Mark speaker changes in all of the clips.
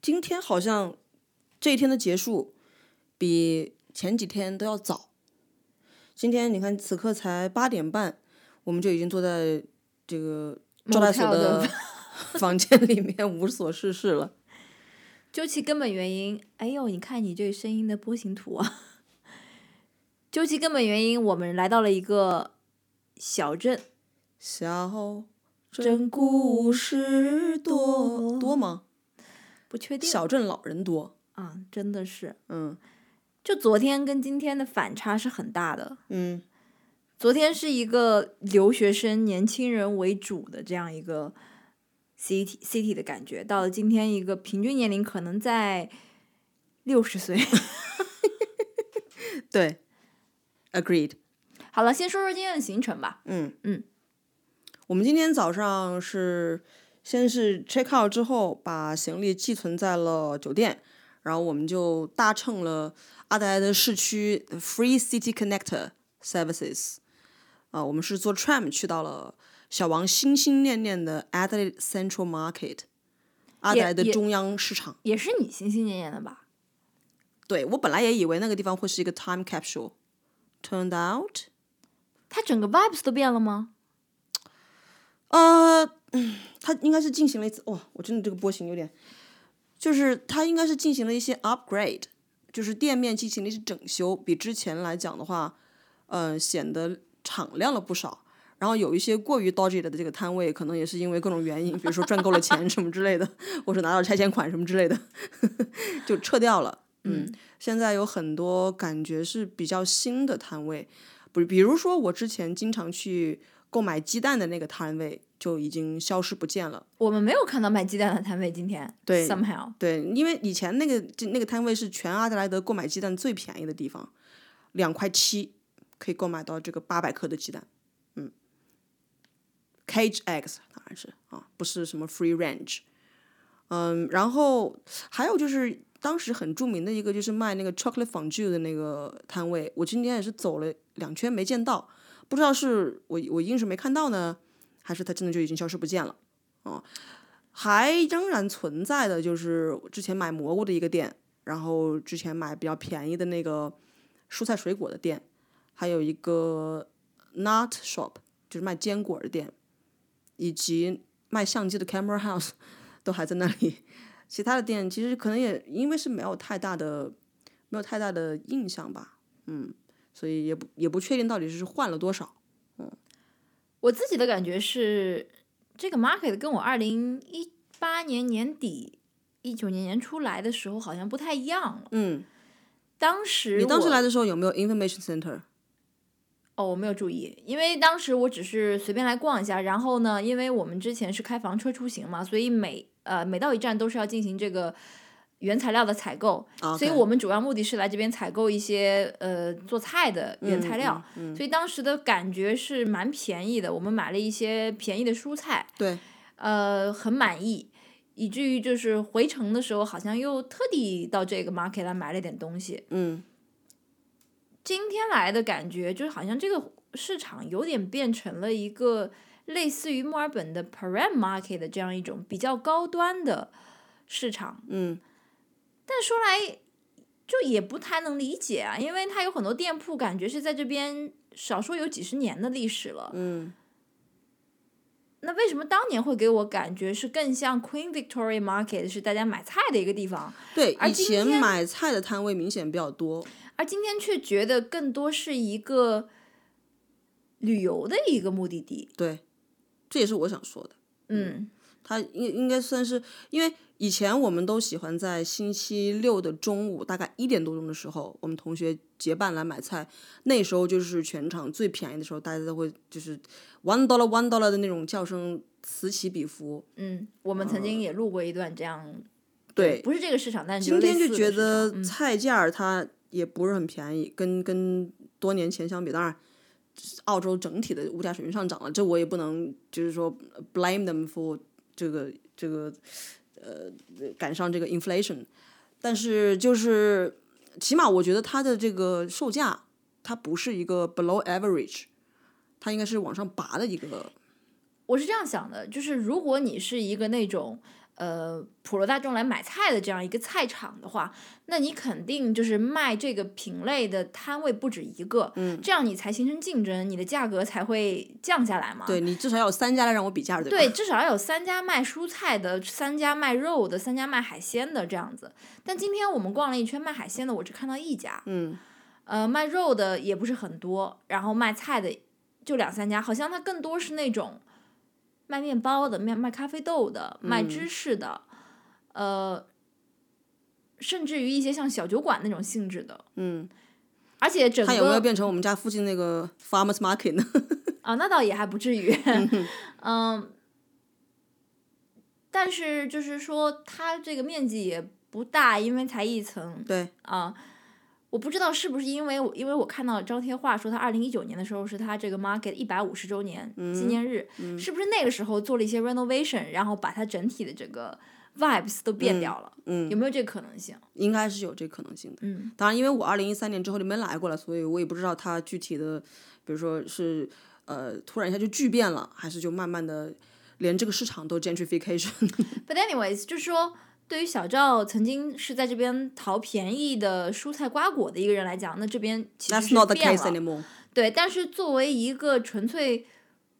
Speaker 1: 今天好像这一天的结束比前几天都要早。今天你看，此刻才八点半，我们就已经坐在这个招待所
Speaker 2: Motel 的
Speaker 1: 房间里面无所事事了。
Speaker 2: 究其根本原因，哎呦，你看你这声音的波形图啊！ 究其根本原因，我们来到了一个小镇，
Speaker 1: 小
Speaker 2: 真
Speaker 1: 镇故事
Speaker 2: 多
Speaker 1: 多多吗？
Speaker 2: 不确定
Speaker 1: 小镇老人多，
Speaker 2: 啊，真的是，
Speaker 1: 嗯
Speaker 2: 就昨天跟今天的反差是很大的。
Speaker 1: 嗯，
Speaker 2: 昨天是一个留学生、年轻人为主的这样一个 city city 的感觉，到了今天一个平均年龄可能在六十岁。
Speaker 1: 对，agreed，
Speaker 2: 好了，先说说今天的行程吧。
Speaker 1: 嗯
Speaker 2: 嗯，
Speaker 1: 我们今天早上是先是 check out 之后，把行李寄存在了酒店，然后我们就搭乘了阿德莱德市区 Free City Connector Services，啊、我们是坐 tram 去到了小王心心念念的 Adelaide Central Market，阿德
Speaker 2: 也
Speaker 1: 莱德
Speaker 2: 也
Speaker 1: 中央市场。
Speaker 2: 也是你心心念念的吧？
Speaker 1: 对我本来也以为那个地方会是一个 time capsule，turned out，
Speaker 2: 它整个 vibes 都变了吗？
Speaker 1: 呃，嗯它应该是进行了一次，哇，我真的这个波形有点，就是它应该是进行了一些 upgrade，就是店面进行了一些整修，比之前来讲的话，呃，显得敞亮了不少。然后有一些过于 dodgy 的这个摊位，可能也是因为各种原因，比如说赚够了钱什么之类的， 或者拿到拆迁款什么之类的， 就撤掉了。嗯，现在有很多感觉是比较新的摊位，不，比如说我之前经常去购买鸡蛋的那个摊位就已经消失不见了。
Speaker 2: 我们没有看到卖鸡蛋的摊位，今天
Speaker 1: 对
Speaker 2: ，somehow
Speaker 1: 对，因为以前那个就那个摊位是全阿德莱德购买鸡蛋最便宜的地方，两块七可以购买到这个八百克的鸡蛋，嗯，cage eggs 当然是啊，不是什么 free range，嗯，然后还有就是当时很著名的一个就是卖那个 chocolate fondue 的那个摊位，我今天也是走了两圈没见到，不知道是我我硬是没看到呢，还是它真的就已经消失不见了。还仍然存在的就是我之前买蘑菇的一个店，然后之前买比较便宜的那个蔬菜水果的店，还有一个 nut shop，就是卖坚果的店，以及卖相机的 camera house 都还在那里。其他的店其实可能也因为是没有太大的没有太大的印象吧，嗯，所以也不也不确定到底是换了多少。
Speaker 2: 我自己的感觉是，这个 market 跟我二零一八年年底、一九年年初来的时候好像不太一样了。
Speaker 1: 嗯，
Speaker 2: 当时
Speaker 1: 你当时
Speaker 2: 我
Speaker 1: 来的时候有没有 information center？
Speaker 2: 哦，我没有注意，因为当时我只是随便来逛一下。然后呢，因为我们之前是开房车出行嘛，所以每呃每到一站都是要进行这个原材料的采购。
Speaker 1: 啊，
Speaker 2: 所以
Speaker 1: OK
Speaker 2: 我们主要目的是来这边采购一些呃做菜的
Speaker 1: 嗯
Speaker 2: 原材料。所以当时的感觉是蛮便宜的，我们买了一些便宜的蔬菜，
Speaker 1: 对，
Speaker 2: 呃，很满意。以至于就是回程的时候，好像又特地到这个 market 来买了点东西。
Speaker 1: 嗯。
Speaker 2: 今天来的感觉就是好像这个市场有点变成了一个类似于墨尔本的 Param Market 的这样一种比较高端的市场，
Speaker 1: 嗯
Speaker 2: 但说来就也不太能理解啊，因为它有很多店铺感觉是在这边少说有几十年的历史了，
Speaker 1: 嗯
Speaker 2: 那为什么当年会给我感觉是更像 Queen Victoria Market 是大家买菜的一个地方，
Speaker 1: 对，
Speaker 2: 而
Speaker 1: 以
Speaker 2: 今
Speaker 1: 前
Speaker 2: 天
Speaker 1: 买菜的摊位明显比较多，
Speaker 2: 而今天却觉得更多是一个旅游的一个目的地，
Speaker 1: 对，这也是我想说的。
Speaker 2: 嗯。
Speaker 1: 它应应该算是，因为以前我们都喜欢在星期六的中午，大概一点多钟的时候，我们同学结伴来买菜，那时候就是全场最便宜的时候，大家都会就是 one dollar one dollar 的那种叫声此起彼伏。
Speaker 2: 嗯，我们曾经也录过一段这样，
Speaker 1: 对，
Speaker 2: 不是这个市场，但是
Speaker 1: 今天
Speaker 2: 类
Speaker 1: 就
Speaker 2: 似的
Speaker 1: 觉
Speaker 2: 市场
Speaker 1: 得
Speaker 2: 嗯
Speaker 1: 菜价儿它也不是很便宜，跟跟多年前相比，当然，澳洲整体的物价水平上涨了，这我也不能就是说 blame them for 这个这个呃赶上这个 inflation，但是就是起码我觉得它的这个售价它不是一个 below average，它应该是往上拔的一个，
Speaker 2: 我是这样想的，就是如果你是一个那种呃普罗大众来买菜的这样一个菜场的话，那你肯定就是卖这个品类的摊位不止一个，嗯，这样你才形成竞争，你的价格才会降下来嘛。
Speaker 1: 对你至少要有三家来让我比价，对吧？
Speaker 2: 对，至少要有三家卖蔬菜的，三家卖肉的，三家卖海鲜的这样子。但今天我们逛了一圈卖海鲜的，我只看到一家，
Speaker 1: 嗯，
Speaker 2: 呃，卖肉的也不是很多，然后卖菜的就两三家，好像它更多是那种卖面包的、卖卖咖啡豆的、卖
Speaker 1: 嗯
Speaker 2: 芝士的，呃，甚至于一些像小酒馆那种性质的，
Speaker 1: 嗯，
Speaker 2: 而且整个
Speaker 1: 它有没有变成我们家附近那个 farmers market 呢？
Speaker 2: 啊，那倒也还不至于， 嗯，但是就是说它这个面积也不大，因为才一层
Speaker 1: 对，
Speaker 2: 啊。我不知道是不是因为我，因为我看到张贴画说他二零一九年的时候是他这个 market 一百五十周年
Speaker 1: 嗯
Speaker 2: 纪念日，是不是那个时候做了一些 renovation，然后把它整体的这个 vibes 都变掉了？
Speaker 1: 嗯
Speaker 2: 有没有这个可能性？
Speaker 1: 应该是有这可能性的。
Speaker 2: 嗯，
Speaker 1: 当然，因为我二零一三年之后就没来过了，所以我也不知道它具体的，比如说是呃突然一下就巨变了，还是就慢慢的连这个市场都 gentrification。
Speaker 2: But anyways，就是说，对于小赵曾经是在这边淘便宜的蔬菜瓜果的一个人来讲，那这边其实
Speaker 1: That's
Speaker 2: 是
Speaker 1: not the
Speaker 2: 变
Speaker 1: case
Speaker 2: 了。
Speaker 1: anymore。
Speaker 2: 对，但是作为一个纯粹，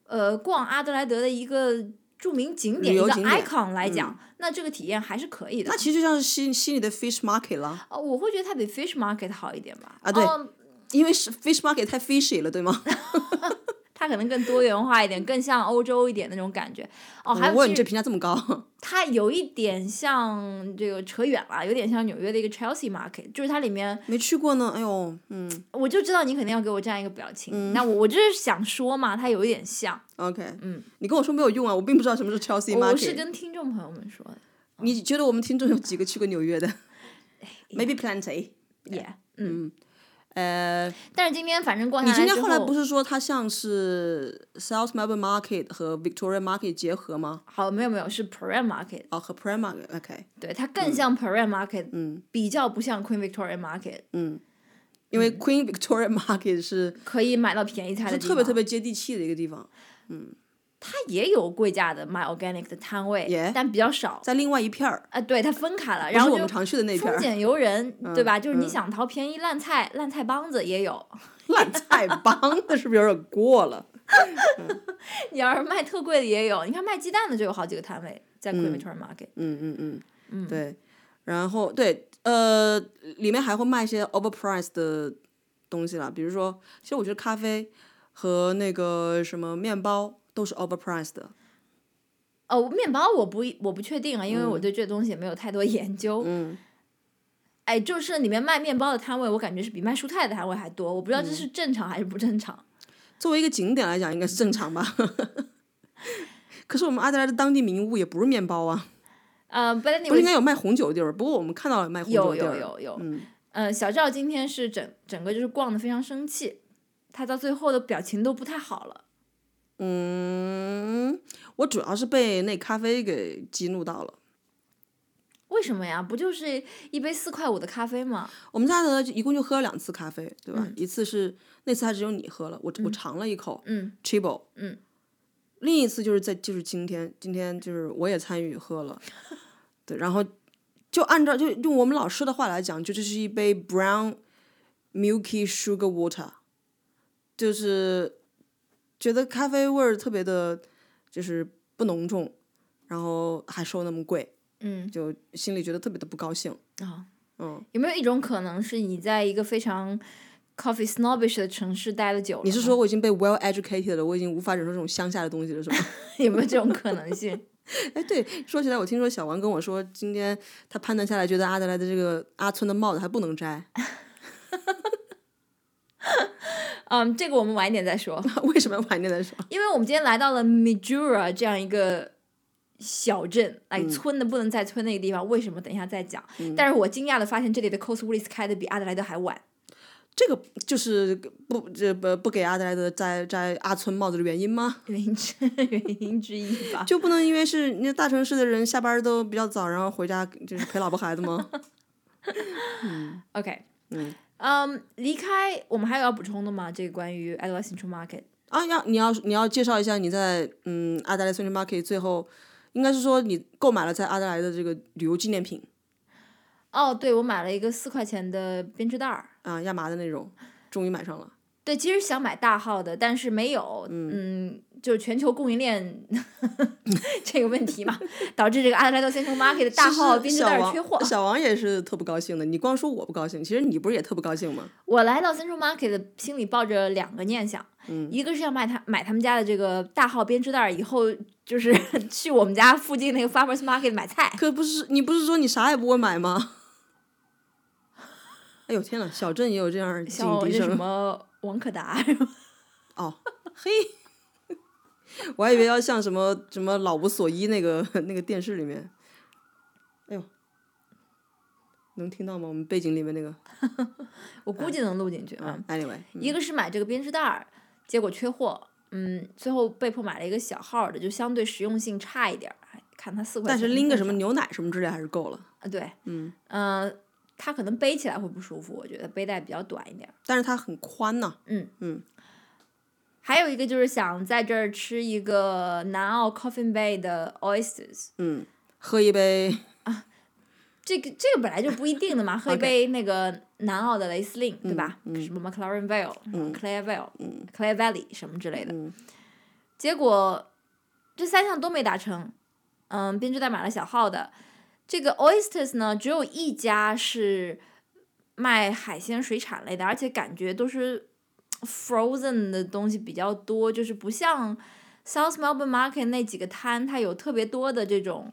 Speaker 2: 呃，逛阿德莱德的一个著名景点
Speaker 1: 旅
Speaker 2: 一
Speaker 1: 游
Speaker 2: 个
Speaker 1: 景点嗯
Speaker 2: icon 来讲，那这个体验还是可以的
Speaker 1: 那。其实就像是悉悉尼的 fish market 啦，
Speaker 2: 哦，我会觉得它比 Fish Market 好一点吧。
Speaker 1: 啊对
Speaker 2: 哦
Speaker 1: 因为是 fish market 太 fishy 了，对吗？
Speaker 2: 它可能更多元化一点，更像欧洲一点那种感觉。哦，还有
Speaker 1: 哇，
Speaker 2: 就
Speaker 1: 你
Speaker 2: 是
Speaker 1: 这评价这么高，
Speaker 2: 它有一点像这个扯远了，有点像纽约的一个 Chelsea Market，就是它里面
Speaker 1: 没去过呢，哎呦，嗯
Speaker 2: 我就知道你肯定要给我这样一个表情。那我我就是想说嘛，它有一点像。
Speaker 1: ，OK，
Speaker 2: 嗯，
Speaker 1: 你跟我说没有用啊，我并不知道什么是 Chelsea
Speaker 2: 我是
Speaker 1: market。
Speaker 2: 跟听众朋友们说的。
Speaker 1: 你觉得我们听众有几个去过纽约 的
Speaker 2: 哎
Speaker 1: ？Maybe plenty。
Speaker 2: 也嗯，
Speaker 1: 哎呃，
Speaker 2: 但是今天反正逛
Speaker 1: 你
Speaker 2: 下
Speaker 1: 今天
Speaker 2: 哎之
Speaker 1: 后
Speaker 2: 后
Speaker 1: 来不是说它像是 South Melbourne Market 和 Victoria Market 结合吗？
Speaker 2: 好没有没有是 Paran Market，
Speaker 1: 哦，和 Prime Market，OK，、
Speaker 2: 对它更像 Paran Market，
Speaker 1: 嗯
Speaker 2: 比较不像 Queen Victoria Market，
Speaker 1: 嗯，因为 Queen Victoria Market 是
Speaker 2: 可以买到便宜菜的
Speaker 1: 是
Speaker 2: 地
Speaker 1: 特别
Speaker 2: 方
Speaker 1: 特别接地气的一个地方，
Speaker 2: 它也有贵价的卖 organic 的摊位
Speaker 1: Yeah
Speaker 2: 但比较少。
Speaker 1: 在另外一片儿，
Speaker 2: 啊，对，它分开了，
Speaker 1: 不是
Speaker 2: 然后
Speaker 1: 我
Speaker 2: 就
Speaker 1: 们常去的那片
Speaker 2: 丰
Speaker 1: 儿，嗯
Speaker 2: 俭由人，对吧？就是你想淘便宜烂菜，烂菜帮子也有，
Speaker 1: 烂菜帮的是不是有点过了？
Speaker 2: 你要是卖特贵的也有，你看卖鸡蛋的就有好几个摊位在 Queen Victoria Market。
Speaker 1: 嗯嗯嗯，嗯对，然后对，呃，里面还会卖一些 overpriced 的东西啦，比如说，其实我觉得咖啡和那个什么面包都是 overpriced 的。
Speaker 2: 哦，面包我不我不确定啊，因为我对这东西也没有太多 研究。
Speaker 1: 嗯，
Speaker 2: 哎，就是里面卖面包的摊位，我感觉是比卖蔬菜的摊位还多，我不知道
Speaker 1: 嗯
Speaker 2: 这是正常还是不正常。
Speaker 1: 作为一个景点来讲，应该是正常吧。 可是我们阿德莱德当地名物也不是面包啊，
Speaker 2: 呃，but
Speaker 1: 不是
Speaker 2: anyway，
Speaker 1: 应该有卖红酒的地儿？不过我们看到了卖红酒
Speaker 2: 有
Speaker 1: 的地
Speaker 2: 有
Speaker 1: 儿。
Speaker 2: 有有，
Speaker 1: 嗯
Speaker 2: 呃，小赵今天是整整个就是逛的非常生气，他到最后的表情都不太好了。
Speaker 1: 嗯，我主要是被那咖啡给激怒到了。
Speaker 2: 为什么呀？不就是一杯四块五的咖啡吗？
Speaker 1: 我们家的一共就喝了两次咖啡，对吧？一次是那次还只有你喝了，我、我尝了一口，
Speaker 2: 嗯
Speaker 1: c h i b o
Speaker 2: 嗯，
Speaker 1: 另一次就是在就是今天，今天就是我也参与喝了， 对，然后就按照就用我们老师的话来讲，就这是一杯 brown milky sugar water，就是觉得咖啡味儿特别的，就是不浓重，然后还收那么贵，
Speaker 2: 嗯
Speaker 1: 就心里觉得特别的不高兴。
Speaker 2: 啊，
Speaker 1: 嗯，
Speaker 2: 有没有一种可能是你在一个非常 coffee snobbish 的城市待的久了？
Speaker 1: 你是说我已经被 well educated 了，我已经无法忍受这种乡下的东西了，是吗？
Speaker 2: 有没有这种可 能性？
Speaker 1: 哎，对，说起来，我听说小王跟我说，今天他判断下来，觉得阿德莱的这个阿村的帽子还不能摘，
Speaker 2: 嗯，这个我们晚一点再说，
Speaker 1: 为什么要晚点再说？
Speaker 2: 因为我们今天来到了 Mildura 这样一个。小镇，哎，
Speaker 1: 嗯
Speaker 2: 村的不能再村的一个地方，为什么？等一下再讲。但是我惊讶的发现，这里的 Coswolis 开的比阿德莱德还晚。
Speaker 1: 这个就是不这不不给阿德莱德摘摘阿村帽子的原因吗？
Speaker 2: 原因之原因之一吧。
Speaker 1: 就不能因为是那大城市的人下班都比较早，然后回家就是陪老婆孩子吗？
Speaker 2: OK，
Speaker 1: 嗯
Speaker 2: 离开我们还有要补充的吗？这个关于 Adelaide Central Market，
Speaker 1: 啊，要你要你要介绍一下你在嗯阿德莱 Central Market 最后应该是说你购买了在阿德莱的这个旅游纪念品
Speaker 2: 哦，对，我买了一个四块钱的编织袋儿。
Speaker 1: 啊，亚麻的那种，终于买上了。
Speaker 2: 对，其实想买大号的，但是没有，嗯，就是全球供应链 这个问题嘛，导致这个阿德莱德 Central Market 的大
Speaker 1: 其实
Speaker 2: 号编织
Speaker 1: 小
Speaker 2: 袋儿
Speaker 1: 王
Speaker 2: 缺货。
Speaker 1: 小王也是特不高兴的。你光说我不高兴，其实你不是也特不高兴吗？
Speaker 2: 我来到 Central Market 的心里抱着两个念想，
Speaker 1: 嗯
Speaker 2: 一个是要买他买他们家的这个大号编织袋儿，以后就是 去我们家附近那个 Farmers Market 买菜。
Speaker 1: 可不是，你不是说你啥也不会买吗？ 哎呦天呐，小镇也有这样的
Speaker 2: 像
Speaker 1: 警
Speaker 2: 我
Speaker 1: 笛
Speaker 2: 这什
Speaker 1: 声
Speaker 2: 么王可达，
Speaker 1: 哦，嘿，我还以为要像什么什么老无所依那个那个电视里面，哎呦，能听到吗？我们背景里面那个，
Speaker 2: 我估计能录进去啊。
Speaker 1: 嗯，anyway，
Speaker 2: 一个是买这个编织袋儿，结果缺货，嗯，最后被迫买了一个小号的，就相对实用性差一点儿。哎看它四块钱，
Speaker 1: 但是拎个什么牛奶什么之类还是够了，
Speaker 2: 啊？对，
Speaker 1: 嗯，
Speaker 2: 嗯、呃，它可能背起来会不舒服，我觉得背带比较短一点儿。
Speaker 1: 但是它很宽呐、
Speaker 2: 还有一个就是想在这儿吃一个南澳 Coffin Bay 的 oysters，
Speaker 1: 嗯，喝一杯，
Speaker 2: 这个这个本来就不一定的 嘛，喝一杯那个南澳的雷司令，对吧？
Speaker 1: 嗯
Speaker 2: 什么 McLaren Vale、Clare Vale、Clare Valley 什么之类的，
Speaker 1: 嗯
Speaker 2: 结果这三项都没达成。嗯，编织袋买了小号的，这个 Oysters 呢，只有一家是卖海鲜水产类的，而且感觉都是 frozen 的东西比较多，就是不像 South Melbourne Market 那几个摊，它有特别多的这种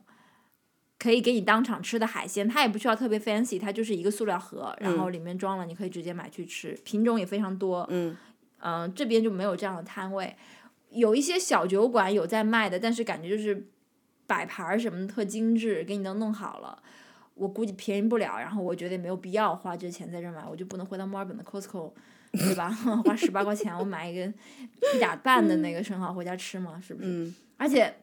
Speaker 2: 可以给你当场吃的海鲜，它也不需要特别 fancy，它就是一个塑料盒，然后里面装了，你可以直接买去吃，品种也非常多。
Speaker 1: 嗯
Speaker 2: 嗯、这边就没有这样的摊位，有一些小酒馆有在卖的，但是感觉就是摆盘儿什么的特精致，给你都弄好了。我估计便宜不了，然后我觉得也没有必要花这钱在这儿买，我就不能回到墨尔本的 Costco，对吧？ 花十八块钱我买一个一打半的那个生蚝回家吃嘛，是不是？
Speaker 1: 嗯。
Speaker 2: 而且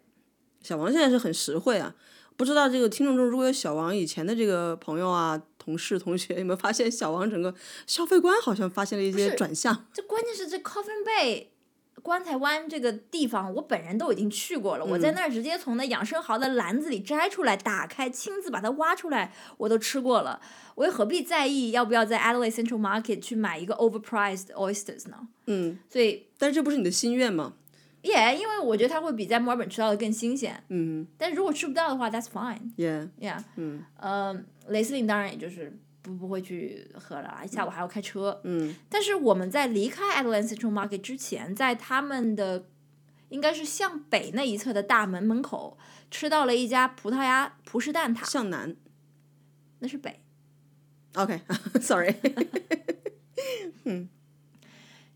Speaker 1: 小王现在是很实惠啊，不知道这个听众中如果有小王以前的这个朋友啊、同事、同学，有没有发现小王整个消费观好像发现了一些
Speaker 2: 是
Speaker 1: 转向？
Speaker 2: 这关键是这 Coffin Bay 棺材湾这个地方，我本人都已经去过了。我在那儿直接从那养生蚝的篮子里摘出来，打开，亲自把它挖出来，我都吃过了。我又何必在意要不要在 Adelaide Central Market 去买一个 overpriced oysters 呢？
Speaker 1: 嗯，
Speaker 2: 所以
Speaker 1: 但是这不是你的心愿吗？
Speaker 2: 也、yeah, 因为我觉得它会比在墨尔本吃到的更新鲜。
Speaker 1: 嗯，
Speaker 2: 但如果吃不到的话，that's fine。
Speaker 1: 也
Speaker 2: Yeah，
Speaker 1: 嗯
Speaker 2: 呃，雷司令当然也就是不不会去喝了啊，下午还要开车。
Speaker 1: 嗯
Speaker 2: 但是我们在离开 Adelaide Central Market 之前，在他们的应该是向北那一侧的大门门口，吃到了一家葡萄牙葡式蛋挞，
Speaker 1: 向南。
Speaker 2: 那是北。
Speaker 1: OK，sorry，、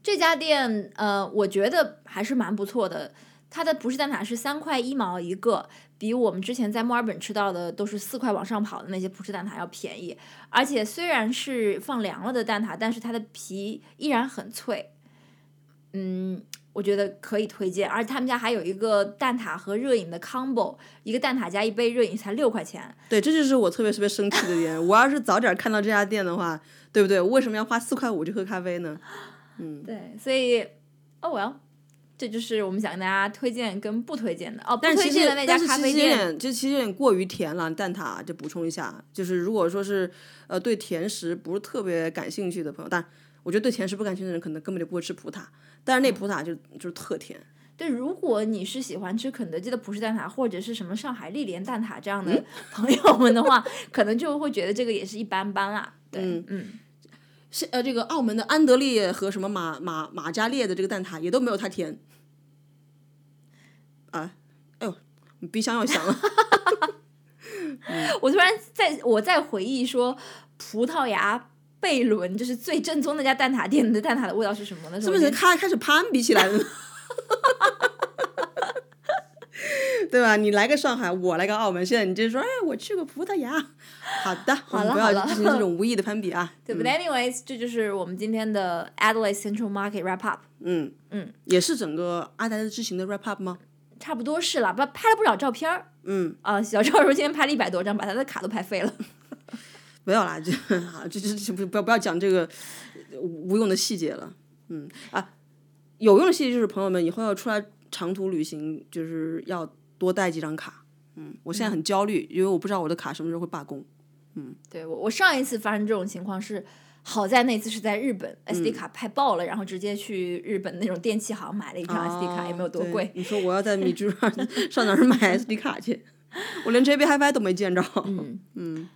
Speaker 2: 这家店，呃，我觉得还是蛮不错的。它的葡式蛋挞是三块一毛一个，比我们之前在墨尔本吃到的都是四块往上跑的那些葡式蛋挞要便宜。而且虽然是放凉了的蛋挞，但是它的皮依然很脆。嗯，我觉得可以推荐。而且他们家还有一个蛋挞和热饮的 combo，一个蛋挞加一杯热饮才六块钱。
Speaker 1: 对，这就是我特别特别生气的点。我要是早点看到这家店的话，对不对？我为什么要花四块五去喝咖啡呢？
Speaker 2: 对，所以，oh well，这就是我们想跟大家推荐跟不推荐的哦。不
Speaker 1: 但是
Speaker 2: 推
Speaker 1: 其实
Speaker 2: 荐的那家
Speaker 1: 但是
Speaker 2: 咖
Speaker 1: 其
Speaker 2: 啡
Speaker 1: 实有
Speaker 2: 店。
Speaker 1: 点，就其实有点过于甜了。蛋挞就补充一下，就是如果说是呃对甜食不是特别感兴趣的朋友，但我觉得对甜食不感兴趣的人可能根本就不会吃葡挞，但是
Speaker 2: 嗯
Speaker 1: 那葡挞就就是特甜。
Speaker 2: 对，如果你是喜欢吃肯德基的葡式蛋挞，或者是什么上海丽莲蛋挞这样
Speaker 1: 嗯
Speaker 2: 的朋友们的话，可能就会觉得这个也是一般般啦。对，嗯
Speaker 1: 是呃，这个澳门的安德烈和什么马马马加列的这个蛋挞也都没有它甜。啊，哎呦，你冰箱要响了。
Speaker 2: 我突然在我在回忆说，葡萄牙贝伦就是最正宗那家蛋挞店的蛋挞的味道是什么呢？
Speaker 1: 是不是开开始攀比起来 了呢？对吧？你来个上海，我来个澳门，现在你就说，哎，我去过葡萄牙。好的，我们
Speaker 2: 了
Speaker 1: 不
Speaker 2: 好
Speaker 1: 要
Speaker 2: 了
Speaker 1: 进行这种无意的攀比啊。
Speaker 2: 对不对？Anyways，这就是我们今天的 Adelaide Central Market wrap up，
Speaker 1: 嗯嗯，也是整个阿达的之行的 wrap up 吗？
Speaker 2: 差不多是了，不拍了不少照片儿
Speaker 1: 嗯，
Speaker 2: 啊、小赵说今天拍了一百多张，把他的卡都拍废了。
Speaker 1: 没有啦，就 啊，就就就不不要不要讲这个呃无用的细节了。嗯啊，有用的细节就是朋友们以后要出来长途旅行，就是要多带几张卡。嗯，我现在很焦虑，因为我不知道我的卡什么时候会罢工。
Speaker 2: 对我，我上一次发生这种情况是，好在那次是在日本
Speaker 1: 嗯
Speaker 2: ，SD 卡派爆了，然后直接去日本那种电器行买了一张 SD 卡，也没有多
Speaker 1: 哦对
Speaker 2: 贵。
Speaker 1: 你说我要在米珠上 上哪儿买 SD 卡去？ 我连 JBFI 都没见着。
Speaker 2: 嗯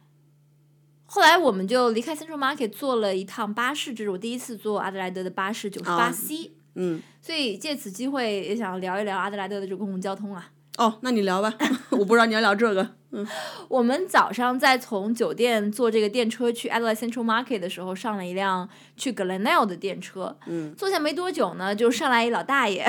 Speaker 2: 后来我们就离开 Central Market，坐了一趟巴士，这是我第一次坐阿德莱德的巴士九十八 C。
Speaker 1: 嗯，
Speaker 2: 所以借此机会也想聊一聊阿德莱德的这个公共交通啊。
Speaker 1: 哦，那你聊吧， 我不知道你要聊这个。
Speaker 2: 嗯我们早上在从酒店坐这个电车去 Adelaide Central Market 的时候，上了一辆去 Glenelg 的电车。嗯，坐下没多久呢，就上来一老大爷，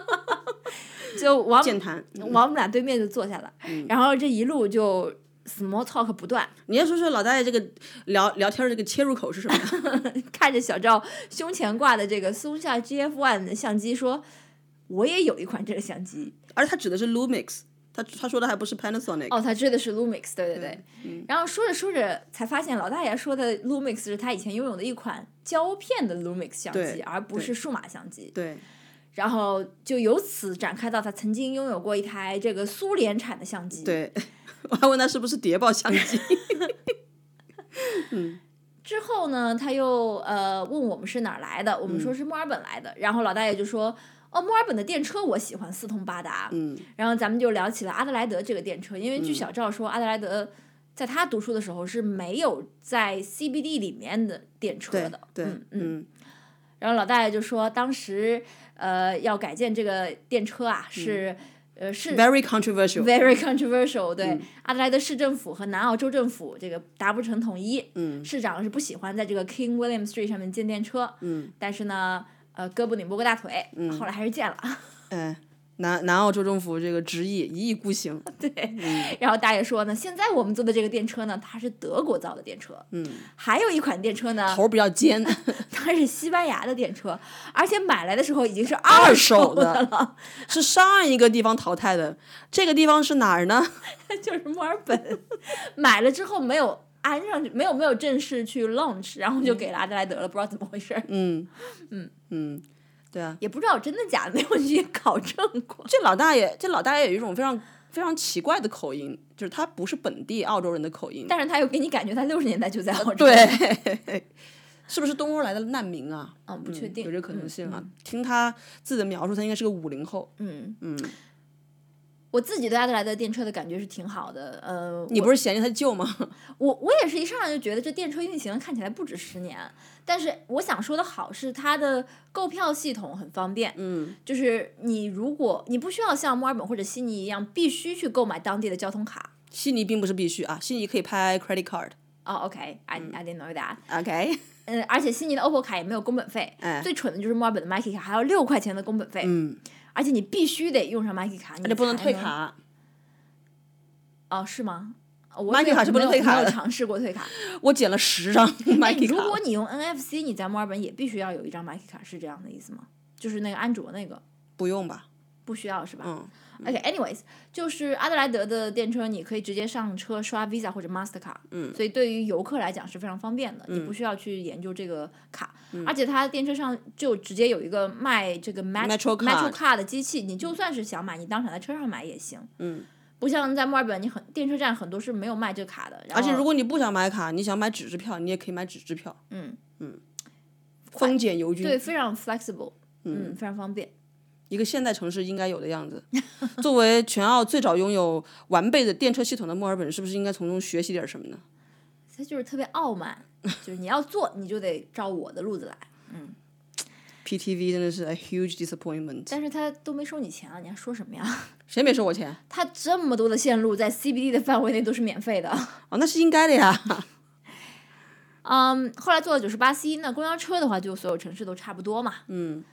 Speaker 2: 就往
Speaker 1: 健谈，
Speaker 2: 往我们俩对面就坐下了，然后这一路就 small talk 不断，
Speaker 1: 你要说说老大爷这个聊聊天儿这个切入口是什么？
Speaker 2: 看着小赵胸前挂的这个松下 GF One 的相机说。我也有一款这个相机
Speaker 1: 而且他指的是 Lumix，他他说的还不是 Panasonic。
Speaker 2: 哦，他真的是 Lumix，对对对。
Speaker 1: 嗯
Speaker 2: 然后说着说着才发现，老大爷说的 Lumix 是他以前拥有的一款胶片的 Lumix 相
Speaker 1: 对
Speaker 2: 机，而不
Speaker 1: 对
Speaker 2: 是数码相机。
Speaker 1: 对，
Speaker 2: 然后就由此展开到他曾经拥有过一台这个苏联产的相机。
Speaker 1: 对， 我还问他是不是谍报相 机。
Speaker 2: 之后呢，他又呃问我们是哪儿来的，我们
Speaker 1: 嗯
Speaker 2: 说是墨尔本来的，然后老大爷就说。哦，墨尔本的电车我喜欢，四通八达。
Speaker 1: 嗯，
Speaker 2: 然后咱们就聊起了阿德莱德这个电车，因为据小赵说，阿德莱德在他读书的时候是没有在 CBD 里面的电车
Speaker 1: 对
Speaker 2: 的。
Speaker 1: 对
Speaker 2: 嗯，嗯。
Speaker 1: 嗯
Speaker 2: 然后老大爷就说，当时呃要改建这个电车啊，
Speaker 1: 嗯
Speaker 2: 是、呃是
Speaker 1: ，very controversial。
Speaker 2: very controversial 对。
Speaker 1: 嗯
Speaker 2: 阿德莱德市政府和南澳州政府这个达不成统一，
Speaker 1: 嗯
Speaker 2: 市长是不喜欢在这个 King William Street 上面建电车，
Speaker 1: 嗯，
Speaker 2: 但是呢，呃，胳膊拧不过大腿，后来还是建了。
Speaker 1: 哎，南南澳州政府这个执意一意孤行。
Speaker 2: 然后大爷说呢，现在我们坐的这个电车呢，它是德国造的电车，
Speaker 1: 嗯，
Speaker 2: 还有一款电车呢，
Speaker 1: 头儿比较尖，
Speaker 2: 它是西班牙的电车，而且买来的时候已经是
Speaker 1: 二
Speaker 2: 二
Speaker 1: 手
Speaker 2: 的
Speaker 1: 的
Speaker 2: 了，
Speaker 1: 是上一个地方淘汰的，这个地方是哪儿呢？
Speaker 2: 就是墨尔本， 买了之后没有。安上去没有没有正式去 launch，然后就给了阿德莱德了，不知道怎么回事儿，
Speaker 1: 嗯嗯嗯，对啊，
Speaker 2: 也不知道真的假的，没有去考证 过。
Speaker 1: 这老大爷，这老大爷有一种非常非常奇怪的口音，就是他不是本地澳洲人的口音。
Speaker 2: 但是他又给你感觉他六十年代就在澳洲，
Speaker 1: 呃对， 是不是东欧来的难民啊？
Speaker 2: 嗯，不确
Speaker 1: 嗯
Speaker 2: 定，
Speaker 1: 有这可能性啊。
Speaker 2: 嗯。
Speaker 1: 听他自己的描述，他应该是个五零后。
Speaker 2: 嗯，
Speaker 1: 嗯，
Speaker 2: 我自己对阿德莱德电车的感觉是挺好的。呃，
Speaker 1: 你不是嫌弃他旧吗？
Speaker 2: 我我也是一上来就觉得这电车运行看起来不止十年，但是我想说的好是它的购票系统很方便，
Speaker 1: 嗯，
Speaker 2: 就是你如果你不需要像墨尔本或者悉尼一样必须去购买当地的交通卡。
Speaker 1: 悉尼并不是必须啊，悉尼可以拍 credit card。
Speaker 2: 哦、o k i
Speaker 1: 嗯
Speaker 2: I didn't know that。
Speaker 1: OK，
Speaker 2: 嗯，而且悉尼的 OPPO 卡也没有工本费，
Speaker 1: 哎
Speaker 2: 最蠢的就是墨尔本的 m i k e y 卡还要六块钱的工本费，
Speaker 1: 嗯，
Speaker 2: 而且你必须得用上 m i k e y 卡，你
Speaker 1: 而且不能
Speaker 2: 才
Speaker 1: 退卡。
Speaker 2: 哦，是吗？我
Speaker 1: Mickey
Speaker 2: 没有
Speaker 1: 卡是不能
Speaker 2: 没有
Speaker 1: 退卡
Speaker 2: 没有
Speaker 1: 的
Speaker 2: 尝试过退 卡。
Speaker 1: 我捡了十 张 m
Speaker 2: 哎
Speaker 1: i k e
Speaker 2: 如
Speaker 1: 卡。
Speaker 2: 果你用 NFC，你在墨尔本也必须要有一张 m i k e 卡，是这样的意思吗？就是那个安卓那个
Speaker 1: 不用吧？
Speaker 2: 不需要是吧、
Speaker 1: 嗯
Speaker 2: o k a n y w a y s 就是阿德莱德的电车，你可以直接上车刷 Visa 或者 Mastercard，嗯，所以对于游客来讲是非常方便的，
Speaker 1: 嗯
Speaker 2: 你不需要去研究这个卡，而且它电车上就直接有一个卖这个 Met-
Speaker 1: Metro
Speaker 2: Metro
Speaker 1: Card
Speaker 2: Card 的机器，你就算是想买，你当场在车上买也行，
Speaker 1: 嗯，
Speaker 2: 不像在墨尔本，你很电车站很多是没有卖这个卡的，然后
Speaker 1: 而且如果你不想买卡，你想买纸质票，你也可以买纸质票。
Speaker 2: 嗯
Speaker 1: 丰俭由君，
Speaker 2: 对非常 flexible，嗯，非常方便。
Speaker 1: 一个现代城市应该有的样子。作为全澳最早拥有完备的电车系统的墨尔本，是不是应该从中学习点什么呢？
Speaker 2: 他就是特别傲慢，就是你要做，你就得照我的路子来。
Speaker 1: PTV 真的是 a huge disappointment。
Speaker 2: 但是他都没收你钱啊，你还说什么呀？
Speaker 1: 谁没收我钱？
Speaker 2: 他这么多的线路在 CBD 的范围内都是免费的。
Speaker 1: 哦，那是应该的呀。
Speaker 2: 嗯，后来坐了九十八 C，那公交车的话，就所有城市都差不多嘛。
Speaker 1: 嗯，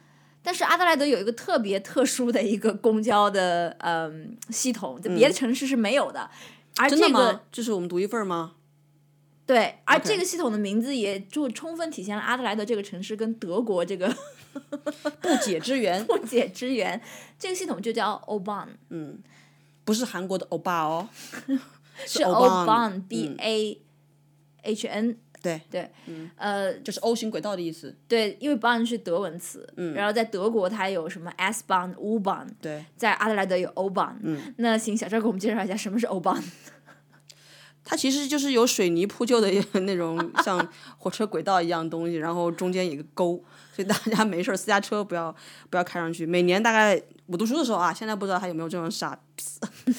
Speaker 2: 但是阿德莱德有一个特别特殊的一个公交的嗯系统，在别的城市是没有的。而
Speaker 1: 真的
Speaker 2: 这
Speaker 1: 吗？
Speaker 2: 个
Speaker 1: 这是我们独一份儿吗？
Speaker 2: 对，而
Speaker 1: OK
Speaker 2: 这个系统的名字也就充分体现了阿德莱德这个城市跟德国这个
Speaker 1: 不解之缘，
Speaker 2: 不解之缘。这个系统就叫 o b a n
Speaker 1: 嗯，不是韩国的欧巴哦，
Speaker 2: 是
Speaker 1: Oban，
Speaker 2: b a h n
Speaker 1: 对嗯
Speaker 2: 对，呃，
Speaker 1: 就是 O 型轨道的意思。
Speaker 2: 对，因为 bond 是德文词，
Speaker 1: 嗯
Speaker 2: 然后在德国它有什么 S bond、U bond，
Speaker 1: 对，
Speaker 2: 在阿德莱德有 O bond。那
Speaker 1: 嗯
Speaker 2: 行，小赵给我们介绍一下什么是 O bond。
Speaker 1: 它其实就是有水泥铺就的那种像火车轨道一样东西，然后中间有一个沟，所以大家没事儿私家车不要不要开上去。每年大概我读书的时候啊，现在不知道还有没有这种傻，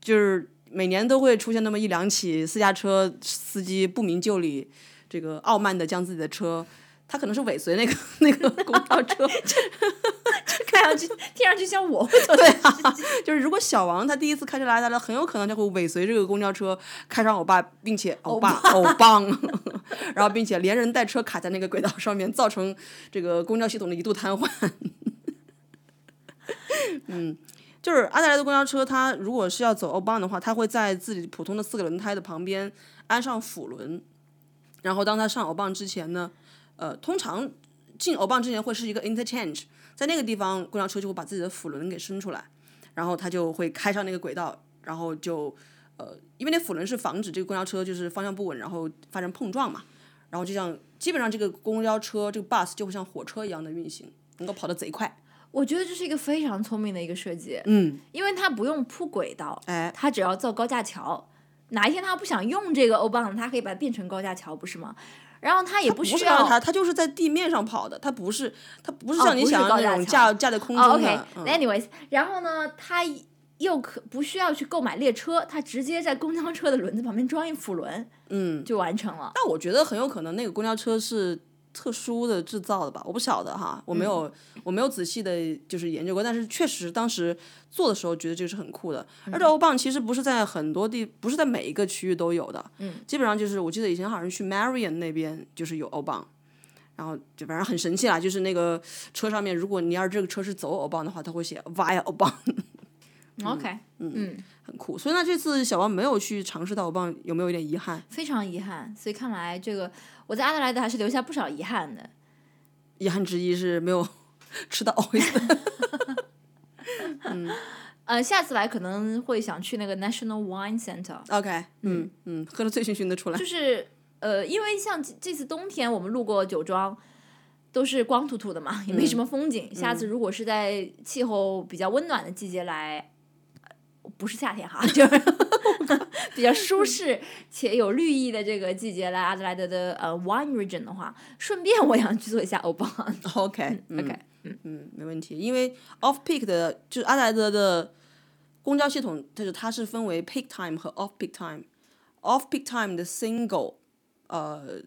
Speaker 1: 就是每年都会出现那么一两起私家车司机不明就里，这个傲慢的将自己的车。他可能是尾随那个 那个公交车，
Speaker 2: 看上去听上去像我会做的
Speaker 1: 啊
Speaker 2: 事情。
Speaker 1: 就是如果小王他第一次开车来，他很有可能就会尾随这个公交车开上欧巴，并且欧巴 欧棒，然后并且连人带车卡在那个轨道上面，造成这个公交系统的一度瘫痪。嗯，就是阿德莱德公交车，它如果是要走欧棒的话，它会在自己普通的四个轮胎的旁边安上辅轮，然后当它上欧棒之前呢，呃，通常进欧棒之前会是一个 interchange，在那个地方公交车就会把自己的辅轮给伸出来。然后他就会开上那个轨道，然后就呃，因为那辅轮是防止这个公交车就是方向不稳，然后发生碰撞嘛。然后就像基本上这个公交车这个 bus 就会像火车一样的运行，能够跑得贼快。
Speaker 2: 我觉得这是一个非常聪明的一个设计，
Speaker 1: 嗯，
Speaker 2: 因为它不用铺轨道，
Speaker 1: 哎，
Speaker 2: 它只要造高架桥。哪一天他不想用这个欧棒，它可以把它变成高架桥，不是吗？然后它也
Speaker 1: 不
Speaker 2: 需
Speaker 1: 是啊
Speaker 2: 要
Speaker 1: 让它，它就是在地面上跑的，它不是它不是
Speaker 2: 哦
Speaker 1: 像你
Speaker 2: 不是
Speaker 1: 想的
Speaker 2: 高
Speaker 1: 那
Speaker 2: 架
Speaker 1: 种
Speaker 2: 桥
Speaker 1: 架架在空
Speaker 2: 哦
Speaker 1: 中
Speaker 2: ，OK，anyways，、
Speaker 1: 的。嗯
Speaker 2: anyways，然后呢，他又可不需要去购买列车，他直接在公交车的轮子旁边装一辅轮，嗯，就完成了。
Speaker 1: 但我觉得很有可能那个公交车是特殊的制造的吧，我不晓得哈，我没有、我没有仔细的就是研究过，但是确实当时做的时候觉得这个是很酷的。而且欧棒其实不是在很多地，不是在每一个区域都有的，嗯，基本上就是我记得以前好像去 Marion 那边就是有欧棒。然后就反正很神奇啦，就是那个车上面，如果你要是这个车是走欧棒的话，它会写 via 欧棒，
Speaker 2: OK，嗯
Speaker 1: 很酷。所以那这次小王没有去尝试到欧棒，有没有一点遗憾？
Speaker 2: 非常遗憾。所以看来这个我在阿德莱德还是留下不少遗憾的。
Speaker 1: 遗憾之一是没有 吃到 oyster
Speaker 2: 呃，下次来可能会想去那个 National Wine Center，
Speaker 1: OK，嗯嗯，喝的醉醺醺的出 来
Speaker 2: 就。是呃，因为像这这次冬天我们路过酒庄，都是光秃秃的嘛，也没
Speaker 1: 嗯
Speaker 2: 什么风景。下次如果是在气候比较温暖的季节来，呃不是夏天哈， 就是比较舒适且有绿意的这个季节来阿德莱德的呃 wine region 的话，顺便我想去做一下欧邦。
Speaker 1: OK，嗯
Speaker 2: OK，
Speaker 1: 嗯，没问题。因为 off peak 的，就是阿德莱德的公交系统，就是它是分为 peak time 和 off peak time。off peak time 的 single，呃，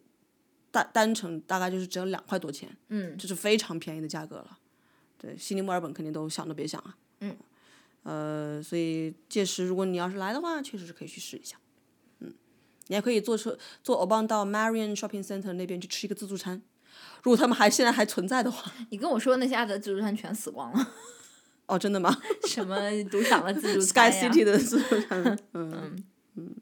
Speaker 1: 单单程大概就是只有两块多钱，
Speaker 2: 嗯，
Speaker 1: 这是非常便宜的价格了。对，悉尼、墨尔本肯定都想都别想啊。
Speaker 2: 嗯。
Speaker 1: 呃，所以届时如果你要是来的话，确实是可以去试一下。嗯，你还可以坐车坐欧邦到 Marion Shopping Center 那边去吃一个自助餐，如果他们还现在还存在的话。
Speaker 2: 你跟我说那些阿德自助餐全死光了，
Speaker 1: 哦，真的吗
Speaker 2: 什么赌场 的自助
Speaker 1: ？Sky
Speaker 2: 餐呀
Speaker 1: City 的自助 餐，嗯嗯，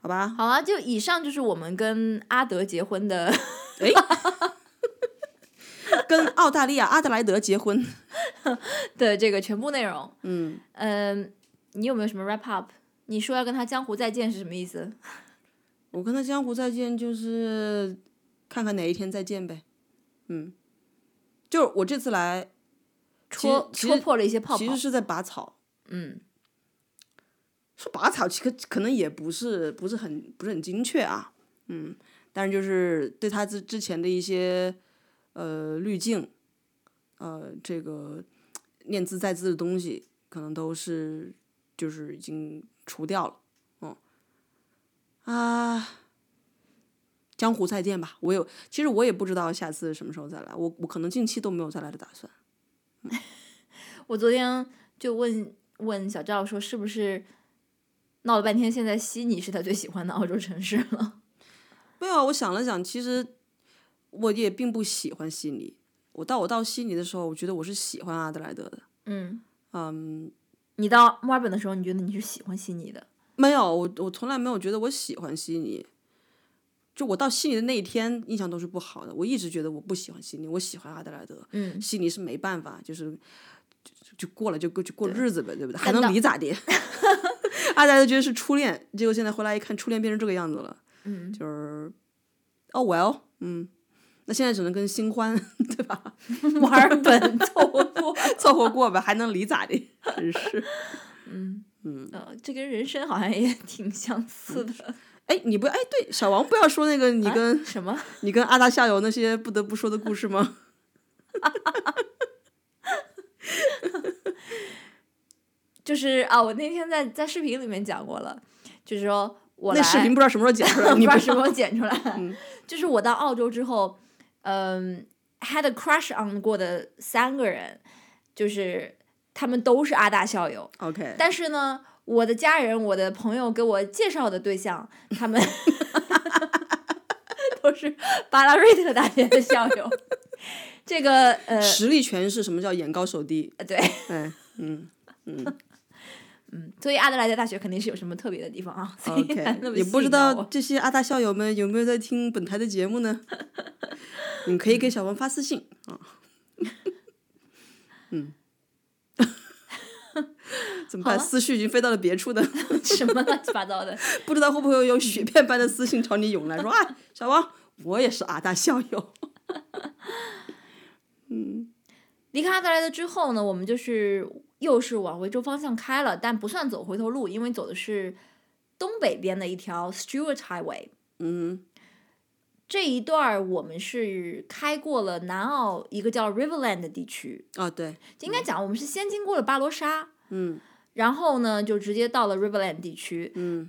Speaker 1: 好吧，
Speaker 2: 好啊了，就以上就是我们跟阿德结婚的
Speaker 1: 跟澳大利亚阿德莱德结婚。
Speaker 2: 的这个全部内容。嗯你有没有什么 wrap up？你说要跟他江湖再见是什么意思？
Speaker 1: 我跟他江湖再见，就是看看哪一天再见呗。嗯，就是我这次来，
Speaker 2: 戳
Speaker 1: 其实
Speaker 2: 戳破了一些泡泡
Speaker 1: 其。实是在拔草，
Speaker 2: 嗯，
Speaker 1: 说拔草，其实可能也不是不是很不是很精确啊，嗯，但是就是对他之之前的一些呃滤镜，呃，这个念兹在兹的东西，可能都是就是已经除掉了，嗯，啊，江湖再见吧，我有，其实我也不知道下次什么时候再来，我我可能近期都没有再来的打算，
Speaker 2: 我昨天就问问小赵说，是不是闹了半天，现在悉尼是他最喜欢的澳洲城市了？
Speaker 1: 没有，啊我想了想，其实我也并不喜欢悉尼。我到我到悉尼的时候，我觉得我是喜欢阿德莱德的。
Speaker 2: 嗯，
Speaker 1: 嗯，
Speaker 2: 你到墨尔本的时候，你觉得你是喜欢悉尼的？
Speaker 1: 没有，我我从来没有觉得我喜欢悉尼。就我到悉尼的那一天，印象都是不好的。我一直觉得我不喜欢悉尼，我喜欢阿德莱德。
Speaker 2: 嗯，
Speaker 1: 悉尼是没办法，就是就就过了就过就过日子呗，对不对？还
Speaker 2: 但
Speaker 1: 能
Speaker 2: 到
Speaker 1: 离咋地？阿德莱德觉得是初恋，结果现在回来一看，初恋变成这个样子了。
Speaker 2: 嗯，
Speaker 1: 就是 Oh well，嗯，那现在只能跟新欢 对吧，
Speaker 2: 墨尔本凑合过，
Speaker 1: 凑合过吧，还能离咋的？真是，
Speaker 2: 嗯
Speaker 1: 嗯，
Speaker 2: 呃，这跟人生好像也挺相似的。
Speaker 1: 哎，你不哎对，小王不要说那个你
Speaker 2: 啊
Speaker 1: 跟、
Speaker 2: 什么？
Speaker 1: 你跟阿达夏油那些不得不说的故事吗？
Speaker 2: 就是啊，我那天在在视频里面讲过了，就是说我
Speaker 1: 那视
Speaker 2: 来
Speaker 1: 频不知道什么时候剪出来，
Speaker 2: 不
Speaker 1: 你
Speaker 2: 知道
Speaker 1: 不
Speaker 2: 什么时候剪出来。
Speaker 1: 嗯
Speaker 2: 就是我到澳洲之后，嗯，had a crush on 过的三个人，就是他们都是阿大校友，
Speaker 1: OK，
Speaker 2: 但是呢，我的家人、我的朋友给我介绍的对象，他们 都是巴拉瑞特大学的校友。 这个呃，
Speaker 1: 实力诠释什么叫眼高手低，
Speaker 2: 对，
Speaker 1: 哎，嗯嗯
Speaker 2: 嗯，所以阿德莱德大学肯定是有什么特别的地方啊。所以才那
Speaker 1: ，OK，
Speaker 2: 么啊
Speaker 1: 也不
Speaker 2: 吸
Speaker 1: 知
Speaker 2: 引到
Speaker 1: 道
Speaker 2: 我
Speaker 1: 这些阿大校友们有没有在听本台的节目呢？你可以给小王发私信啊，嗯， 怎么办？
Speaker 2: 啊
Speaker 1: 思绪已经飞到了别处的，
Speaker 2: 什么乱七八糟的。
Speaker 1: 不知道会不会有雪片般的私信朝你涌来，说啊，小王，我也是阿大校友，
Speaker 2: 离开阿德莱德之后呢，我们就是又是往维州方向开了，但不算走回头路，因为走的是东北边的一条 Stewart Highway。
Speaker 1: 嗯
Speaker 2: 这一段儿我们是开过了南澳一个叫 Riverland 的地区，
Speaker 1: 啊，对，
Speaker 2: 应该讲我们是先经过了巴罗沙，
Speaker 1: 嗯
Speaker 2: 然后呢就直接到了 Riverland 地区。
Speaker 1: 嗯，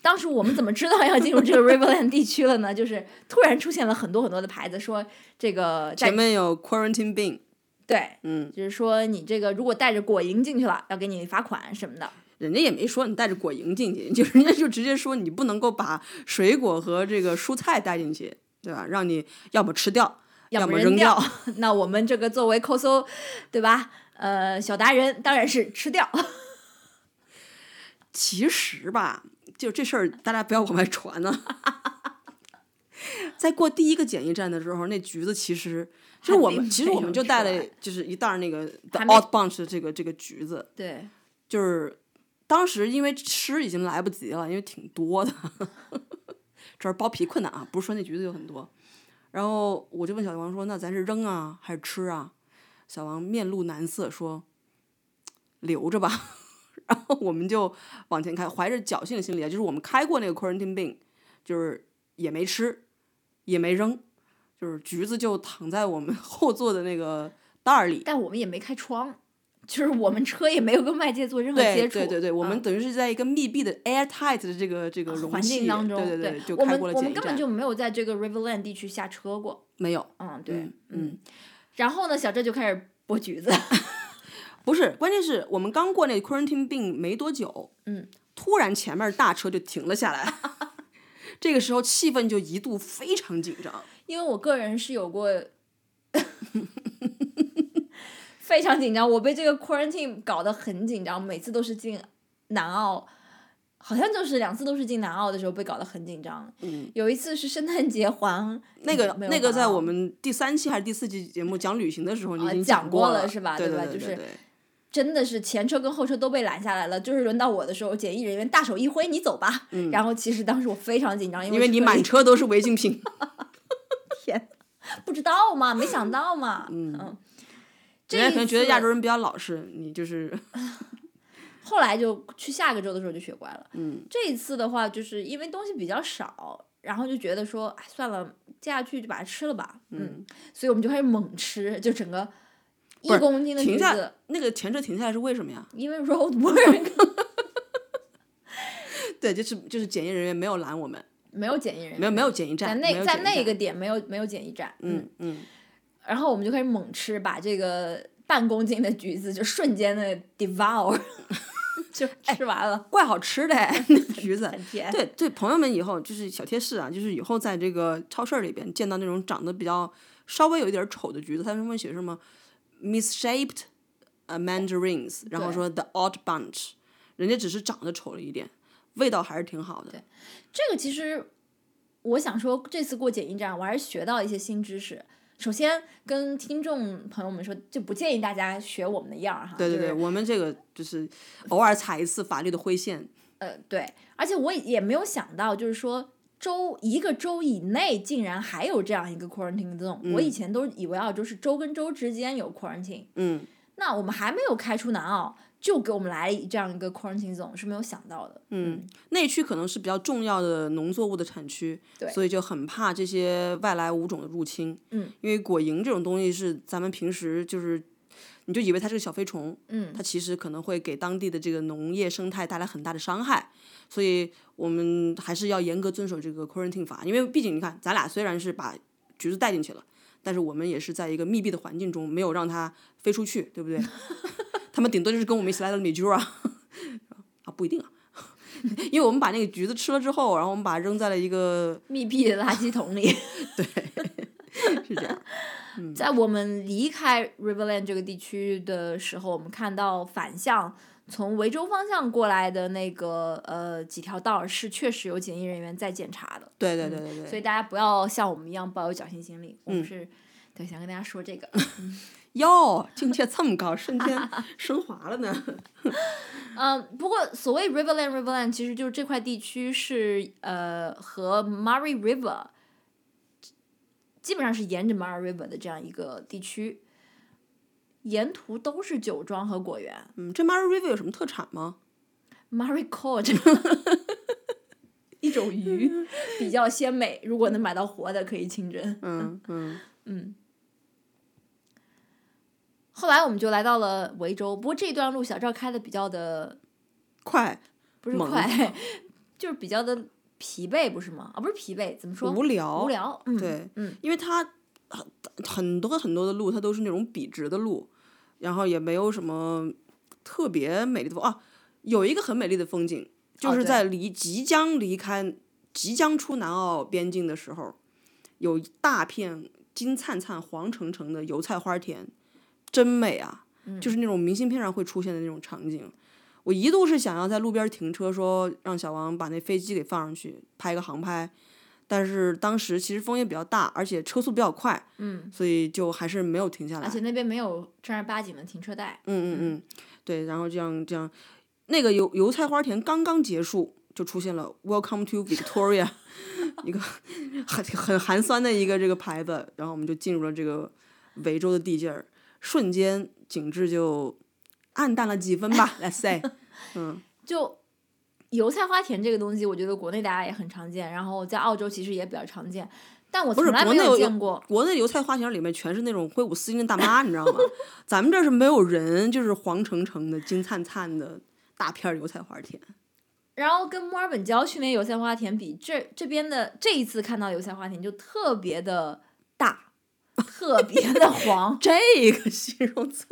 Speaker 2: 当时我们怎么知道要进入这个 Riverland 地区了呢？就是突然出现了很多很多的牌子，说这个带
Speaker 1: 前面有 quarantine bin，
Speaker 2: 对，
Speaker 1: 嗯。
Speaker 2: 就是说你这个如果带着果蝇进去了，要给你罚款什么的。
Speaker 1: 人家也没说你带着果蝇进去，就人家就直接说你不能够把水果和这个蔬菜带进去，对吧？让你要么吃掉，
Speaker 2: 要
Speaker 1: 么
Speaker 2: 么
Speaker 1: 扔
Speaker 2: 扔掉。 那我们这个作为扣搜，对吧？呃，小达人当然是吃 掉。
Speaker 1: 其实吧，就这事儿大家不要往外传呢、 在过第一个检疫站的时候，那橘子其实就是我
Speaker 2: 还
Speaker 1: 们，
Speaker 2: 没
Speaker 1: 其实我们就带
Speaker 2: 没有
Speaker 1: 了
Speaker 2: 出
Speaker 1: 就是一袋儿那个 the
Speaker 2: 还没
Speaker 1: odd bunch 的这个这个橘子，
Speaker 2: 对，
Speaker 1: 就是当时因为吃已经来不及了，因为挺多的， 这是剥皮困难啊，不是说那橘子有很多。然后我就问小王说：“那咱是扔啊，还是吃啊？”小王面露难色说：“留着吧。” 然后我们就往前开，怀着侥幸的心理啊，就是我们开过那个 quarantine bin，就是也没吃，也没扔，就是橘子就躺在我们后座的那个袋儿里，
Speaker 2: 但我们也没开窗，就是我们车也没有跟外界做任何接
Speaker 1: 对
Speaker 2: 触。
Speaker 1: 对对对，我们
Speaker 2: 嗯啊
Speaker 1: 等于是在一个密闭的 airtight 的这个这个容
Speaker 2: 环
Speaker 1: 器
Speaker 2: 境当中，
Speaker 1: 对对，就
Speaker 2: 我
Speaker 1: 开
Speaker 2: 们
Speaker 1: 过了
Speaker 2: 我
Speaker 1: 检
Speaker 2: 们
Speaker 1: 疫
Speaker 2: 根本
Speaker 1: 站，
Speaker 2: 就没有在这个 Riverland 地区下车过。
Speaker 1: 没有，
Speaker 2: 嗯，对，
Speaker 1: 嗯嗯，
Speaker 2: 然后呢，小郑就开始剥橘子。
Speaker 1: 不是，关键是我们刚过那 quarantine bin 没多久，
Speaker 2: 嗯，
Speaker 1: 突然前面大车就停了下 来，这个时候气氛就一度非常紧张，
Speaker 2: 因为我个人是有过 非常紧张，我被这个 quarantine 搞得很紧张，每次都是进南澳，好像就是两次都是进南澳的时候被搞得很紧张。
Speaker 1: 嗯，
Speaker 2: 有一次是圣诞节还
Speaker 1: 那个
Speaker 2: 没有
Speaker 1: 那个在
Speaker 2: 拿
Speaker 1: 我们第三期还是第四期节目讲旅行的时候，你已
Speaker 2: 啊
Speaker 1: 经
Speaker 2: 讲
Speaker 1: 过
Speaker 2: 过了是吧
Speaker 1: 对
Speaker 2: 对吧
Speaker 1: 对
Speaker 2: 就
Speaker 1: 对
Speaker 2: 是
Speaker 1: 对
Speaker 2: 真的是前车跟后车都被拦下来了，就是轮到我的时候，检疫人员大手一挥，你走吧。然后其实当时我非常紧张，因
Speaker 1: 嗯因为你
Speaker 2: 车
Speaker 1: 满
Speaker 2: 里
Speaker 1: 车都是违禁品，
Speaker 2: 不知道嘛，没想到嘛，嗯， 这
Speaker 1: 人家可能
Speaker 2: 一
Speaker 1: 觉得
Speaker 2: 次
Speaker 1: 亚洲人比较老实，你就是
Speaker 2: 后来就去下个州的时候就学乖了。
Speaker 1: 嗯，
Speaker 2: 这一次的话，就是因为东西比较少，然后就觉得说，哎，算了，接下去就把它吃了吧。嗯，所以我们就开始猛吃，就整个一
Speaker 1: 不是
Speaker 2: 公斤的橘
Speaker 1: 停下
Speaker 2: 子，
Speaker 1: 那个前车停下来是为什么呀？
Speaker 2: 因为 road work
Speaker 1: 对，就是就是检验人员没有拦我们，
Speaker 2: 没有检疫人员，
Speaker 1: 没有没有检疫
Speaker 2: 在
Speaker 1: 站，没
Speaker 2: 那
Speaker 1: 有
Speaker 2: 在
Speaker 1: 检疫
Speaker 2: 那
Speaker 1: 站
Speaker 2: 个点没有没有检疫站，
Speaker 1: 嗯嗯，
Speaker 2: 然后我们就开始猛吃，把这个半公斤的橘子就瞬间的 devour，就吃完了，
Speaker 1: 哎怪好吃的哎那橘子。
Speaker 2: 很甜。
Speaker 1: 对对，朋友们，以后就是小贴士啊，就是以后在这个超市里边见到那种长得比较稍微有一点丑的橘子，它上面写什么 misshaped 呃 mandarins，然后
Speaker 2: 对
Speaker 1: 说 the odd bunch，人家只是长得丑了一点，味道还是挺好的。
Speaker 2: 这个其实我想说，这次过检疫站，我还是学到一些新知识。首先，跟听众朋友们说，就不建议大家学我们的样儿哈。
Speaker 1: 对对对，
Speaker 2: 就是、
Speaker 1: 我们这个就是偶尔踩一次法律的灰线，
Speaker 2: 呃，对，而且我也没有想到，就是说周一个周以内竟然还有这样一个 quarantine zone，、我以前都以为澳洲是周跟周之间有 quarantine，
Speaker 1: 嗯，
Speaker 2: 那我们还没有开出南澳，就给我们来这样一个 quarantine zone 是没有想到的，嗯，
Speaker 1: 内区可能是比较重要的农作物的产区，所以就很怕这些外来物种的入侵。
Speaker 2: 嗯，
Speaker 1: 因为果蝇这种东西是咱们平时就是，你就以为它是个小飞虫，
Speaker 2: 嗯，
Speaker 1: 它其实可能会给当地的这个农业生态带来很大的伤害，所以我们还是要严格遵守这个 quarantine 法，因为毕竟你看，咱俩虽然是把橘子带进去了，但是我们也是在一个密闭的环境中，没有让它飞出去，对不 对？他们顶多就是跟我们一起来到美洲啊， 啊不一定啊，因为我们把那个橘子吃了之后，然后我们把它扔在了一 个
Speaker 2: 密闭的垃圾桶里。
Speaker 1: 是这样，
Speaker 2: 在我们离开 Riverland 这个地区的时候，我们看到反向从维州方向过来的那个呃几条道儿是确实有检疫人员在检查的，
Speaker 1: 对对对对对，
Speaker 2: 所以大家不要像我们一样抱有侥幸心理。我们是对想跟大家说这个，
Speaker 1: 哟，境界这么高，瞬间升华了呢。
Speaker 2: 嗯，不过所谓 Riverland Riverland 其实就是这块地区是呃和 Murray River 基本上是沿着 Murray River 的这样一个地区，沿途都是酒庄和果园。
Speaker 1: 嗯，这 Mara River 有什么特产吗？
Speaker 2: Maricod，一种鱼比较鲜美，如果能买到活的可以清蒸。
Speaker 1: 嗯嗯，
Speaker 2: 后来我们就来到了维州，不过这段路小赵开的比较的
Speaker 1: 快，
Speaker 2: 不是
Speaker 1: 猛
Speaker 2: 快， 就是比较的疲惫，不是吗？啊，不是疲惫，怎么说？
Speaker 1: 无聊，
Speaker 2: 无聊，嗯，
Speaker 1: 对，
Speaker 2: 嗯，
Speaker 1: 因为它很很多很多的路，它都是那种笔直的路，然后也没有什么特别美丽的风啊。有一个很美丽的风景，就
Speaker 2: 哦
Speaker 1: 是
Speaker 2: 对
Speaker 1: 在离即将离开、即将出南澳边境的时候，有一大片金灿灿、黄澄澄的油菜花田，真美啊！
Speaker 2: 嗯
Speaker 1: 就是那种明信片上会出现的那种场景。我一度是想要在路边停车，说让小王把那飞机给放上去拍个航拍，但是当时其实风也比较大，而且车速比较快，
Speaker 2: 嗯，
Speaker 1: 所以就还是没有停下来
Speaker 2: 而。且那边没有正儿八经的停车带，
Speaker 1: 嗯嗯嗯，对，然后这样这样，那个油油菜花田刚刚结束，就出现了 “Welcome to Victoria”，一个 很很寒酸的一个这个牌子，然后我们就进入了这个维州的地界儿，瞬间景致就暗淡了几分吧，Let's say，
Speaker 2: 就。油菜花田这个东西，我觉得国内大家也很常见，然后在澳洲其实也比较常见，但我从
Speaker 1: 是
Speaker 2: 来
Speaker 1: 国
Speaker 2: 没
Speaker 1: 内有
Speaker 2: 见过。
Speaker 1: 国内油菜花田里面全是那种挥舞丝巾的大妈，你知道吗？ 咱们这儿是没有人，就是黄澄澄的、金灿灿的大片儿油菜花田。
Speaker 2: 然后跟墨尔本郊区那油菜花田比，这这边的这一次看到油菜花田就特别的大，特别 的黄，
Speaker 1: 这个形容词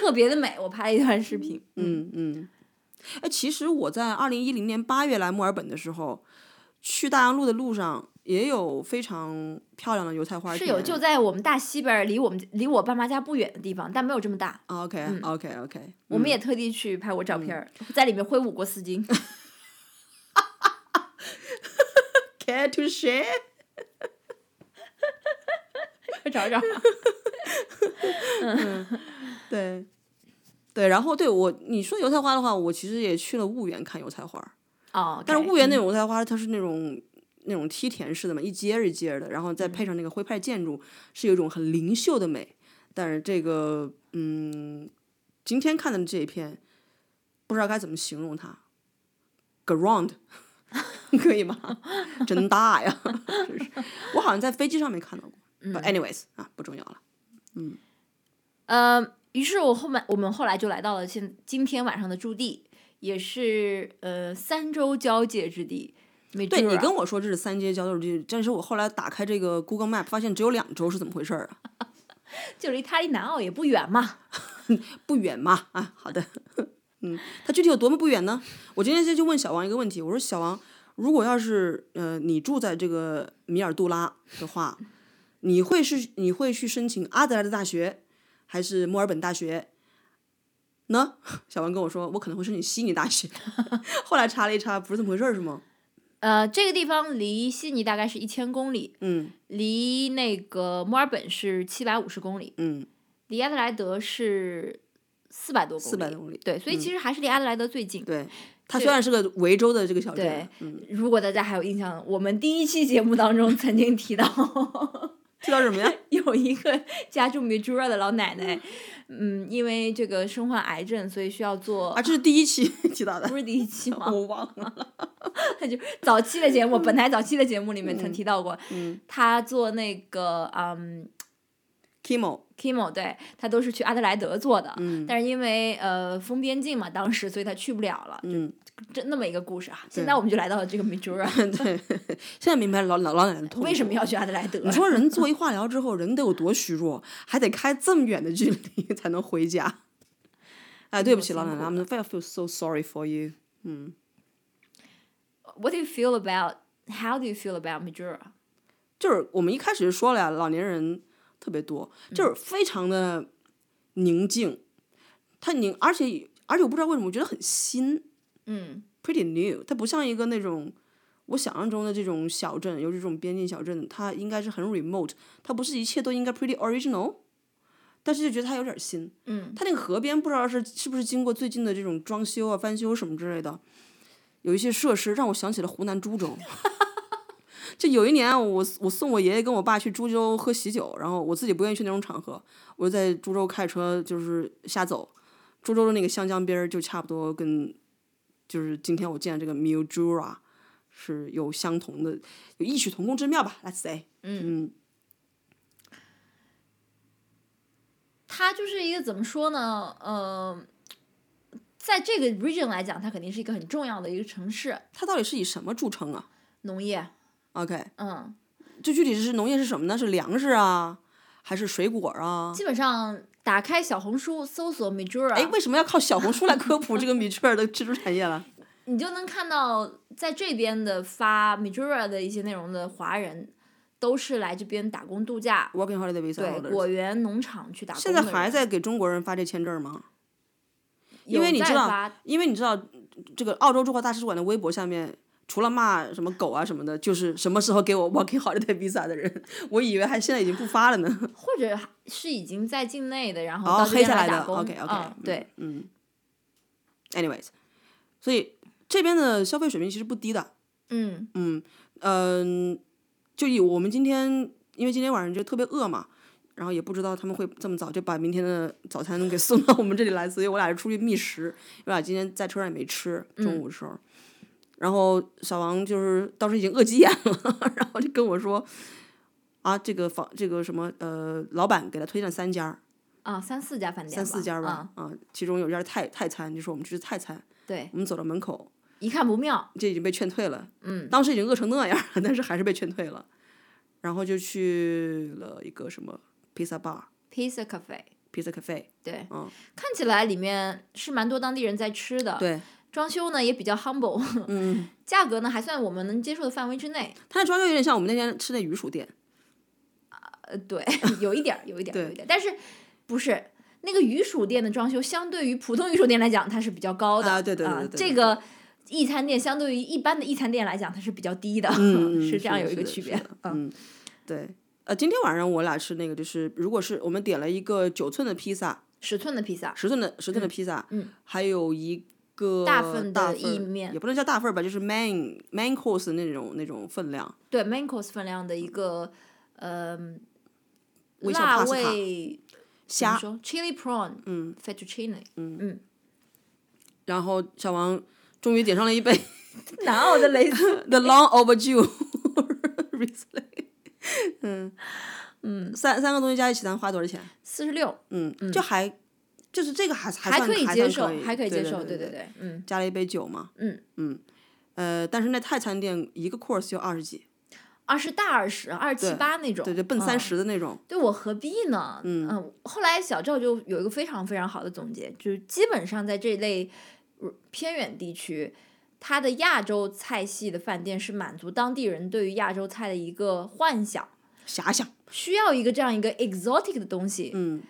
Speaker 2: 特别的美。我拍了一段视频，
Speaker 1: 嗯嗯，哎，其实我在二零一零年八月来墨尔本的时候，去大洋路的路上也有非常漂亮的油菜花
Speaker 2: 是
Speaker 1: 田。
Speaker 2: 有就在我们大西边儿，离我们离我爸妈家不远的地方，但没有这么大。
Speaker 1: 啊 OK、OK 嗯 OK，
Speaker 2: 嗯我们也特地去拍过照
Speaker 1: 嗯
Speaker 2: 片儿，在里面挥舞过丝巾。
Speaker 1: care to share？
Speaker 2: 快找找，
Speaker 1: 对对，然后对我你说油菜花的话，我其实也去了婺源看油菜花儿，
Speaker 2: 哦，
Speaker 1: 但是婺
Speaker 2: 物
Speaker 1: 源那种油菜花它是那种。那种梯田式的嘛，一阶儿一阶儿的，然后再配上那个徽派建筑，是有一种很灵秀的美。但是这个，嗯，今天看的这一篇，不知道该怎么形容它，ground，可以吗？真大呀！真是我好像在飞机上面看到过。But anyways，啊，不重要了。
Speaker 2: 呃，于是我后面我们后来就来到了现今天晚上的驻地，也是呃三州交界之地。
Speaker 1: 对你
Speaker 2: Mildura
Speaker 1: 跟我说这是三阶交流地，但是我后来打开这个 Google Map，发现只有两周，是怎么回事儿啊？
Speaker 2: 就离它离南澳也不远嘛。
Speaker 1: 不远嘛，啊，好的， 嗯，它具体有多么不远呢？我今天就就问小王一个问题，我说小王，如果要是呃你住在这个米尔杜拉的话，你会是你会去申请阿德莱德大学还是墨尔本大学？呢？ 小王跟我说，我可能会申请悉尼大学。 后来查了一查，不是这么回事儿，是吗？
Speaker 2: 呃，这个地方离悉尼大概是一千公里，
Speaker 1: 嗯
Speaker 2: 离那个墨尔本是七百五十公里，
Speaker 1: 嗯，
Speaker 2: 离阿德莱德是四百多公里。
Speaker 1: 四百多公里。嗯
Speaker 2: 对，所以其实还是离阿德莱德最近。
Speaker 1: 对，它虽然是个维州的这个小
Speaker 2: 对
Speaker 1: 镇，，嗯，
Speaker 2: 如果大家还有印象，我们第一期节目当中曾经提到
Speaker 1: 提到什 么呀？
Speaker 2: 有一个家住米珠热的老奶奶，嗯，因为这个身患癌症，所以需要做
Speaker 1: 啊，这是第一期 提到的，
Speaker 2: 不是第一期 吗？
Speaker 1: 我忘了。
Speaker 2: 早期的节目，本台早期的节目里面曾提到过，
Speaker 1: 嗯
Speaker 2: 她做那个嗯
Speaker 1: ，Kimo，
Speaker 2: chemo，对她都是去阿德莱德做的，
Speaker 1: 嗯
Speaker 2: 但是因为呃封边境嘛，当时所以她去不了了，
Speaker 1: 嗯，
Speaker 2: 这那么一个故事啊。
Speaker 1: 对
Speaker 2: 现在我们就来到了这个 Majora，
Speaker 1: 对，现在明白老老老奶奶的痛苦
Speaker 2: 为什么要去阿德莱德？
Speaker 1: 你说人做一化疗之后，人得有多虚弱，还得开这么远的距离才能回 家。哎，对不起，
Speaker 2: 挺
Speaker 1: 老奶
Speaker 2: 辛
Speaker 1: 奶
Speaker 2: 苦
Speaker 1: ，I'm very feel so sorry for you。嗯
Speaker 2: What do you feel about? How do you feel about Majora？
Speaker 1: 就是我们一开始就说了呀，老年人特别多，
Speaker 2: 嗯
Speaker 1: 就是非常的宁静，他宁，而且而且我不知道为什么，我觉得很新
Speaker 2: 嗯
Speaker 1: ，pretty new，它不像一个那种我想象中的这种小镇，尤其这种边境小镇，它应该是很 remote，它不是一切都应该 pretty original，但是就觉得它有点新，
Speaker 2: 嗯，
Speaker 1: 它那个河边不知道是是不是经过最近的这种装修啊、翻修什么之类的，有一些设施让我想起了湖南株洲。 就有一年啊我，我送我爷爷跟我爸去株洲喝喜酒，然后我自己不愿意去那种场合，我就在株洲开车就是瞎走。株洲的那个湘江边儿就差不多跟，就是今天我见的这个 Mildura 是有相同的，有异曲同工之妙吧？Let's say，嗯
Speaker 2: 它就是一个怎么说呢？呃，在这个 region 来讲，它肯定是一个很重要的一个城市，
Speaker 1: 它到底是以什么著称啊
Speaker 2: 农业，
Speaker 1: ？OK，
Speaker 2: 嗯，
Speaker 1: 就具体是农业是什么呢？是粮食啊，还是水果啊？
Speaker 2: 基本上打开小红书搜索 Majora，
Speaker 1: 哎，为什么要靠小红书来科普这个米切尔的支柱产业了？
Speaker 2: 你就能看到在这边的发 Majora 的一些内容的华人，都是来这边打工度假，
Speaker 1: Working holiday visa
Speaker 2: 对
Speaker 1: holders
Speaker 2: 果园农场去打工
Speaker 1: 现
Speaker 2: 的
Speaker 1: 在
Speaker 2: 人。
Speaker 1: 还在给中国人发这签证吗？因
Speaker 2: 有
Speaker 1: 为你
Speaker 2: 在
Speaker 1: 知道
Speaker 2: 发
Speaker 1: 因为你知道，这个澳洲驻华大使馆的微博下面，除了骂什么狗啊什么的，就是什么时候给我 Working holiday visa 的人，我以为还现在已经不发了呢。
Speaker 2: 或者是已经在境内的，然后
Speaker 1: 哦，
Speaker 2: 到这
Speaker 1: 黑
Speaker 2: 边
Speaker 1: 下
Speaker 2: 来
Speaker 1: 来的
Speaker 2: 打工。
Speaker 1: ，OK OK，、
Speaker 2: 嗯，对，，
Speaker 1: 嗯。Anyways，所以这边的消费水平其实不低的，
Speaker 2: 嗯
Speaker 1: 嗯嗯，就以我们今天，因为今天晚上就特别饿嘛，然后也不知道他们会这么早就把明天的早餐给送到我们这里来，所以我俩就出去觅食，我俩今天在车上也没吃，中午的时
Speaker 2: 嗯
Speaker 1: 候。然后小王就是当时已经饿急眼了， 然后就跟我说：“啊，这个房这个什么呃，老板给他推荐了三家儿，
Speaker 2: 啊，三四家饭店，
Speaker 1: 三四家儿
Speaker 2: 吧。嗯
Speaker 1: 吧，啊，其中有一家泰泰餐，就说我们去吃泰餐。
Speaker 2: 对，
Speaker 1: 我们走到门口，
Speaker 2: 一看不妙，
Speaker 1: 这已经被劝退了。
Speaker 2: 嗯，
Speaker 1: 当时已经饿成那样了， 但是还是被劝退了。然后就去了一个什么 pizza bar、
Speaker 2: ，Pizza Cafe。
Speaker 1: pizza cafe，
Speaker 2: 对，
Speaker 1: 嗯
Speaker 2: 看起来里面是蛮多当地人在吃的，
Speaker 1: 对，
Speaker 2: 装修呢也比较 humble，
Speaker 1: 嗯，
Speaker 2: 价格呢还算我们能接受的范围之内。
Speaker 1: 它那装修有点像我们那天吃那鱼薯店，
Speaker 2: 呃， 对，有一点儿，有一点儿，
Speaker 1: 对
Speaker 2: 有一点儿，但是不是那个鱼薯店的装修，相对于普通鱼薯店来讲，它是比较高的
Speaker 1: 啊对对对对对
Speaker 2: 这个一餐店相对于一般的一餐店来讲，它是比较低的，
Speaker 1: 嗯
Speaker 2: 是这样
Speaker 1: 的
Speaker 2: 有一个
Speaker 1: 的
Speaker 2: 区
Speaker 1: 是
Speaker 2: 别
Speaker 1: 的。嗯，对。呃，今天晚上我俩吃那个，就是如果是我们点了一个九寸的披萨，
Speaker 2: 十寸的披萨，
Speaker 1: 十寸的十寸的披萨，
Speaker 2: 嗯，
Speaker 1: 还有一个
Speaker 2: 大份的
Speaker 1: 大份
Speaker 2: 意
Speaker 1: 儿
Speaker 2: 面
Speaker 1: 也不能叫大份儿吧，就是 main main course 的那种那种分量，
Speaker 2: 对 main course 分量的一个，嗯、
Speaker 1: 微笑
Speaker 2: 辣
Speaker 1: pasta
Speaker 2: 味
Speaker 1: 虾
Speaker 2: 怎么说 chili prawn，嗯，fettuccine，嗯，
Speaker 1: 然后小王终于点上了一杯
Speaker 2: 难熬的蕾丝，
Speaker 1: The long overdue recently，嗯嗯，三三个东西加一起，咱花多少钱？
Speaker 2: 四十六，
Speaker 1: 嗯，就还就是这个还还
Speaker 2: 还
Speaker 1: 算
Speaker 2: 可以接受
Speaker 1: 还算，
Speaker 2: 还可以接受，
Speaker 1: 对
Speaker 2: 对
Speaker 1: 对。
Speaker 2: 对，嗯，
Speaker 1: 加了一杯酒嘛，
Speaker 2: 嗯
Speaker 1: 呃，但是那泰餐店一个 course 就二十几，
Speaker 2: 二十大二十，二七八那种，
Speaker 1: 对对，奔
Speaker 2: 嗯
Speaker 1: 三十的那种。
Speaker 2: 对我何必呢？嗯后来小赵就有一个非常非常好的总结，就是基本上在这类呃偏远地区，它的亚洲菜系的饭店是满足当地人对于亚洲菜的一个幻想，
Speaker 1: 遐想，
Speaker 2: 需要一个这样一个 exotic 的东西，
Speaker 1: 嗯，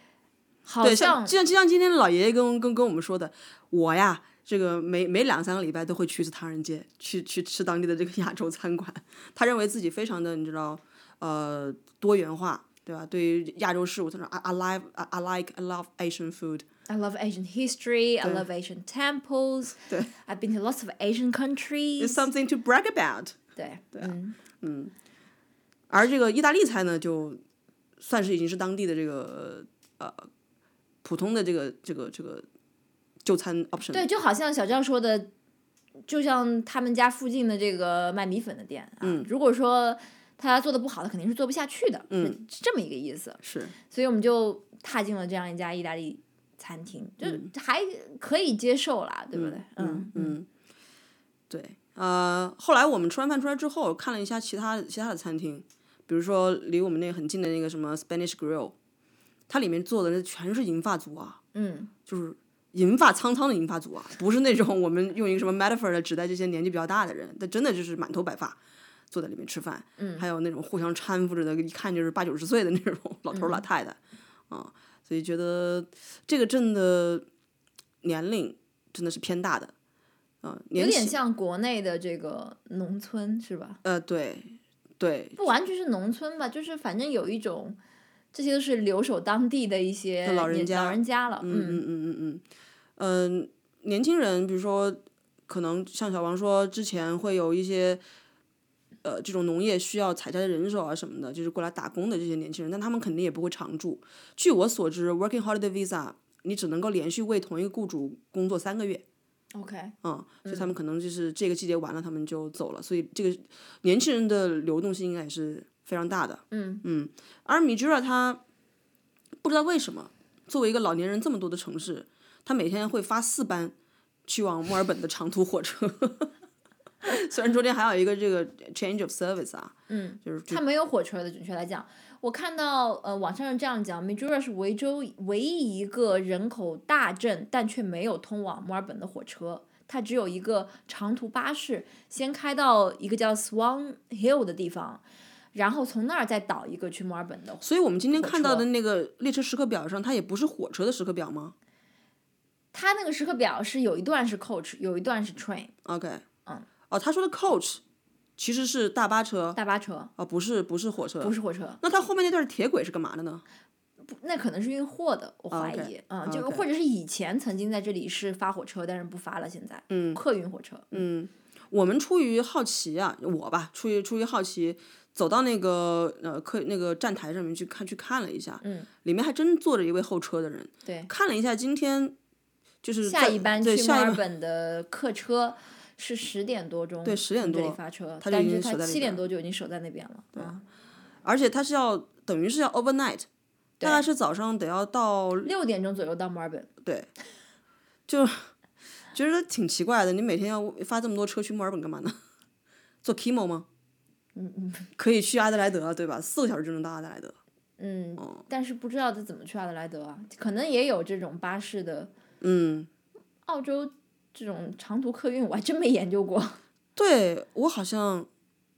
Speaker 2: 好
Speaker 1: 对，像
Speaker 2: 像
Speaker 1: 就像就像今天老爷爷跟跟跟我们说的，我呀，这个每每两三个礼拜都会去一次唐人街，去去吃当地的这个 亚洲餐馆。他认为自己非常的，你知道，呃，多元化，对吧？对于亚洲事物，他说 I I like I I like I love Asian food，
Speaker 2: I love Asian history. I love Asian temples.
Speaker 1: 对
Speaker 2: I've been to lots of Asian
Speaker 1: ，it's
Speaker 2: countries.
Speaker 1: something to brag about。
Speaker 2: 对，嗯，
Speaker 1: 而这个意大利菜呢，就算是已经是当地的这个呃普通的这个这个这个就餐 option 了。
Speaker 2: 对，就好像小张说的，就像他们家附近的这个卖米粉的店啊，
Speaker 1: 嗯
Speaker 2: 如果说他做的不好，他肯定是做不下去的，嗯，是这么一个意思。
Speaker 1: 是，
Speaker 2: 所以我们就踏进了这样一家意大利餐厅，就还可以接受啦，对不对？嗯
Speaker 1: 嗯，对，呃，后来我们吃完饭出来之后，看了一下其他其他的餐厅，比如说离我们那个很近的那个什么 Spanish Grill，它里面坐的那全是银发族啊，
Speaker 2: 嗯，
Speaker 1: 就是银发苍苍的银发族啊，不是那种我们用一个什么 metaphor 来指代这些年纪比较大的人，但真的就是满头白发。坐在里面吃饭，嗯，还有那种互相搀扶着的，一看就是八九十岁的那种老
Speaker 2: 嗯
Speaker 1: 头儿老太太，啊，所以觉得这个镇的年龄真的是偏大的，嗯、
Speaker 2: 有
Speaker 1: 年
Speaker 2: 点
Speaker 1: 轻，
Speaker 2: 像国内的这个农村是吧？
Speaker 1: 呃，对，对，
Speaker 2: 不完全是农村吧，就是反正有一种，这些都是留守当地的一些
Speaker 1: 的老人
Speaker 2: 年
Speaker 1: 家
Speaker 2: 老人家了，
Speaker 1: 嗯嗯嗯嗯嗯，嗯、年轻人，比如说，可能像小王说，之前会有一些，呃，这种农业需要采摘的人手啊什么的，就是过来打工的这些年轻人，但他们肯定也不会常住。据我所知，Working Holiday Visa 你只能够连续为同一个雇主工作三个月，
Speaker 2: OK，
Speaker 1: 嗯，所以他们可能就是这个季节完了，他们就走了。所以这个年轻人的流动性应该也是非常大的。
Speaker 2: 嗯
Speaker 1: 嗯，而米吉拉他不知道为什么，作为一个老年人这么多的城市，他每天会发四班去往墨尔本的长途火车。 虽然中间还有一个这个 change of service 啊，
Speaker 2: 嗯，
Speaker 1: 就是
Speaker 2: 它没有火车的，准确来讲，我看到呃网上是这样讲，Mildura 是维州唯一一个人口大镇，但却没有通往墨尔本的火车。它只有一个长途巴士，先开到一个叫 Swan Hill 的地方，然后从那儿再倒一个去墨尔本的火。
Speaker 1: 所以我们今天
Speaker 2: 火
Speaker 1: 看到
Speaker 2: 车
Speaker 1: 的那个列车时刻表上，它也不是火车的时刻表吗
Speaker 2: 它那个时刻表是有一段是 coach，有一段是 train，
Speaker 1: ？OK，
Speaker 2: 嗯，
Speaker 1: 哦，他说的 coach 其实是大巴车，
Speaker 2: 大巴车，
Speaker 1: 哦，不是不是火车，
Speaker 2: 不是火车。
Speaker 1: 那它后面那段铁轨是干嘛的呢？
Speaker 2: 那可能是运货的，我怀疑
Speaker 1: 嗯哦 OK，
Speaker 2: 啊，就
Speaker 1: OK
Speaker 2: 或者是以前曾经在这里是发火车，但是不发了，现在嗯，客运火车，嗯，
Speaker 1: 我们出于好奇啊，我吧，出于出于好奇，走到那个呃客那个站台上面去看去看了一下，嗯，里面还真坐着一位候车的人，
Speaker 2: 对，
Speaker 1: 看了一下今天就是
Speaker 2: 下
Speaker 1: 在
Speaker 2: 一班
Speaker 1: 对
Speaker 2: 去墨
Speaker 1: 下一
Speaker 2: 尔
Speaker 1: 班
Speaker 2: 本的客车是十点多钟，对，
Speaker 1: 10点
Speaker 2: 这里
Speaker 1: 多
Speaker 2: 发车，
Speaker 1: 他就
Speaker 2: 但
Speaker 1: 已
Speaker 2: 是
Speaker 1: 经守
Speaker 2: 他
Speaker 1: 在那
Speaker 2: 七点
Speaker 1: 边
Speaker 2: 多就已经守在那边了，啊对，
Speaker 1: 而且他是要等于是要 overnight，大概是早上得要到
Speaker 2: 六点钟左右到墨尔本，
Speaker 1: 对，就觉得挺奇怪的，你每天要发这么多车去墨尔本干嘛呢？做 chemo 吗？嗯嗯，可以去阿德莱德对吧？四个小时就能到阿德莱德。
Speaker 2: 嗯，但是不知道他怎么去阿德莱德啊，可能也有这种巴士的，
Speaker 1: 嗯，
Speaker 2: 澳洲这种长途客运我还真没研究过，
Speaker 1: 对我好像，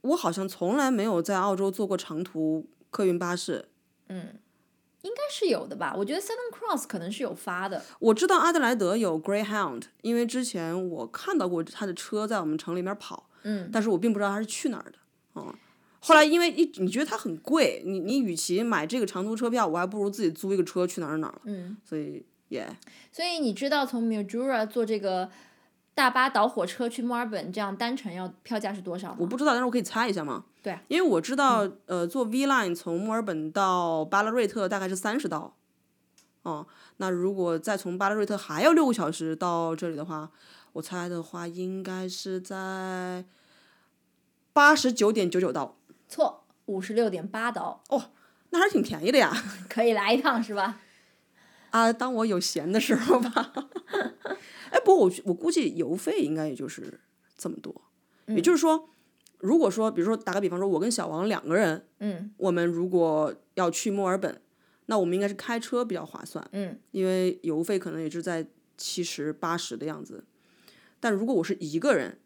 Speaker 1: 我好像从来没有在澳洲坐过长途客运巴士。
Speaker 2: 应该是有的吧，我觉得 Southern Cross 可能是有发的，
Speaker 1: 我知道阿德莱德有 Greyhound，因为之前我看到过他的车在我们城里面跑，
Speaker 2: 嗯，
Speaker 1: 但是我并不知道他是去哪儿的。嗯，后来因为一你觉得它很贵，你你与其买这个长途车票，我还不如自己租一个车去哪儿哪儿了。
Speaker 2: 嗯。
Speaker 1: 所以也、
Speaker 2: 所以你知道从 Mildura 坐这个大巴倒火车去墨尔本，这样单程要票价是多少
Speaker 1: 我
Speaker 2: 吗？
Speaker 1: 不知道，但是我可以猜一下嘛。
Speaker 2: 对啊，
Speaker 1: 因为我知道，呃，坐 V Line 从墨尔本到巴拉瑞特大概是三十刀，哦，那如果再从巴拉瑞特还要六个小时到这里的话，我猜的话应该是在八十九点九九刀，
Speaker 2: 错，五十六点八刀，
Speaker 1: 哦那还是挺便宜的呀。
Speaker 2: 可以来一趟是吧？
Speaker 1: 啊，当我有闲的时候吧。 哎，不过我我估计邮费应该也就是这么多，也就是说，如果说，比如说打个比方说，我跟小王两个人，
Speaker 2: 嗯
Speaker 1: 我们如果要去墨尔本，那我们应该是开车比较划算，
Speaker 2: 嗯，
Speaker 1: 因为油费可能也是在七十八十的样子。但如果我是一个人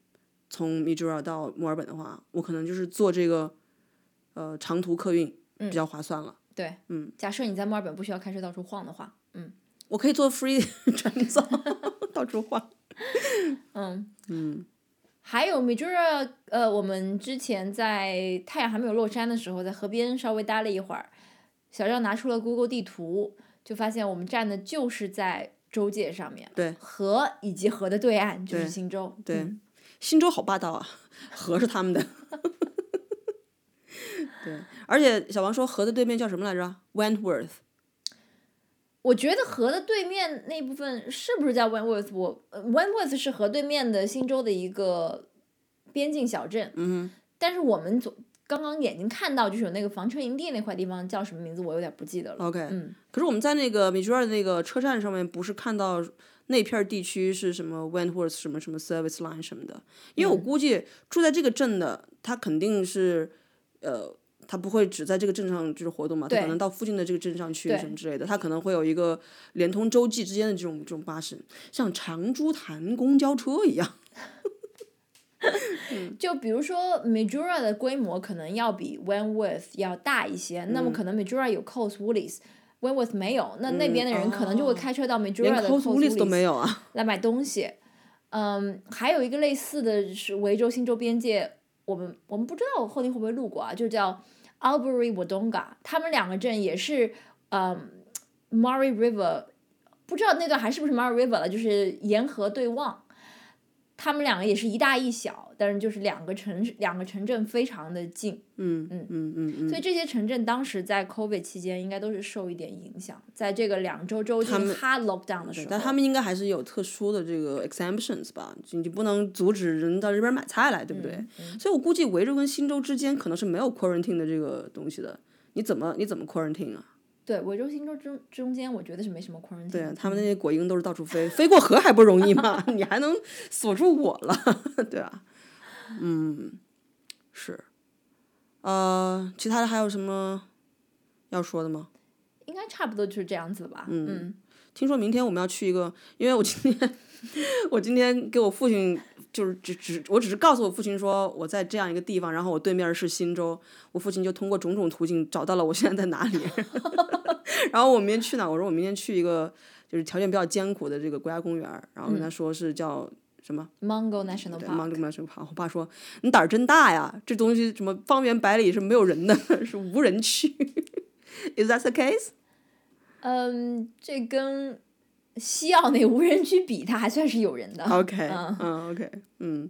Speaker 1: 从 m i d r a 到墨尔本的话，我可能就是坐这个呃长途客运比较划算了。
Speaker 2: 对，嗯。假设你在墨尔本不需要开车到处晃的话，嗯
Speaker 1: 我可以坐 free 转走到处晃。
Speaker 2: 嗯 嗯。还有 Mildura，呃，我们之前在太阳还没有落山的时候，在河边稍微待了一会儿，小赵拿出了 Google 地图，就发现我们站的就是在州界上面，
Speaker 1: 对，
Speaker 2: 河以及河的对岸就是
Speaker 1: 对
Speaker 2: 新州，
Speaker 1: 对
Speaker 2: 嗯
Speaker 1: 新州好霸道啊，河是他们的。 对，而且小王说河的对面叫什么来着？Wentworth。
Speaker 2: 我觉得河的对面那部分是不是叫 Wentworth？我呃 Wentworth 是河对面的新州的一个边境小镇，
Speaker 1: 嗯
Speaker 2: 但是我们昨刚刚眼睛看到就是有那个房车营地那块地方叫什么名字，我有点不记得了。
Speaker 1: ，OK。
Speaker 2: 嗯，
Speaker 1: 可是我们在那个米歇尔那个车站上面，不是看到那片儿地区是什么 Wentworth 什么什么 Service Line 什么的？因为
Speaker 2: 嗯
Speaker 1: 我估计住在这个镇的，他肯定是，呃，他不会只在这个镇上就是活动嘛，他可
Speaker 2: 对
Speaker 1: 能到附近的这个镇上去
Speaker 2: 对
Speaker 1: 什么之类的，他可能会有一个连通洲际之间的这种这种巴士，像长株潭公交车一样。
Speaker 2: 就比如说 Majora 的规模可能要比 Wentworth 要大一些，
Speaker 1: 嗯
Speaker 2: 那么可能 Majora 有 Coles Woolies。Wentworth 没有，那那边的人可能就会
Speaker 1: 哦
Speaker 2: 开车到 Majora
Speaker 1: 连
Speaker 2: 的
Speaker 1: Coast
Speaker 2: Coles
Speaker 1: Woolies 都
Speaker 2: Woolies
Speaker 1: 没有啊！
Speaker 2: 来买东西。嗯，还有一个类似的是维州新州边界，我们我们不知道我后天会不会路过啊，就叫 Albury Wodonga，他们两个镇也是嗯 Murray River，不知道那段还是不是 Murray River 了，就是沿河对望。他们两个也是一大一小，但是就是两个城市两个城镇非常的近，
Speaker 1: 嗯
Speaker 2: 嗯
Speaker 1: 嗯嗯嗯
Speaker 2: 所以这些城镇当时在 COVID 期间应该都是受一点影响，在这个两周周
Speaker 1: 他
Speaker 2: 进
Speaker 1: 们
Speaker 2: hard lockdown 的时
Speaker 1: 对
Speaker 2: 候，，
Speaker 1: 但他们应该还是有特殊的这个 exemptions 吧，就你不能阻止人到这边买菜来，对不对？所以我估计维州跟新州之间可能是没有 quarantine 的这个东西的，你怎么你怎么 quarantine 啊？
Speaker 2: 对，维州新州中中间，我觉得是没什么 quarantine。
Speaker 1: 对啊，他们那些果蝇都是到处飞，飞过河还不容易吗？ 你还能锁住我了， 对吧？嗯，是，呃，其他的还有什么要说的吗？
Speaker 2: 应该差不多就是这样子了吧。嗯，
Speaker 1: 听说明天我们要去一个，因为我今天 我今天给我父亲就是只只我只是告诉我父亲说我在这样一个地方，然后我对面是新州，我父亲就通过种种途径找到了我现在在哪里。 然后我明天去哪？我说我明天去一个就是条件比较艰苦的这个国家公园儿，然后跟他说是叫呃什么
Speaker 2: 嗯 Mongo National
Speaker 1: 对
Speaker 2: Park，
Speaker 1: Mountain m a s o 我爸说你胆儿真大呀，这东西什么方圆百里是没有人的， 是无人区。Is that the case？
Speaker 2: 嗯，这跟西澳那无人区比，它还算是有人的。
Speaker 1: OK，
Speaker 2: 嗯
Speaker 1: 嗯，OK，嗯，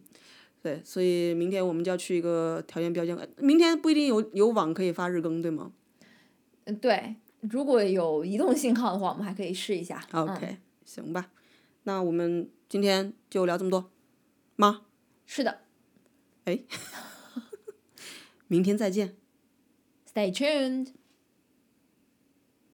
Speaker 1: 对，所以明天我们就要去一个条件标签，呃明天不一定有有网可以发日更，对吗
Speaker 2: 嗯对，如果有移动信号的话，我们还可以试一下。
Speaker 1: ？OK，、
Speaker 2: 嗯、
Speaker 1: 行吧，那我们今天就聊这么多，
Speaker 2: 是的
Speaker 1: 明天再见。
Speaker 2: ，Stay tuned。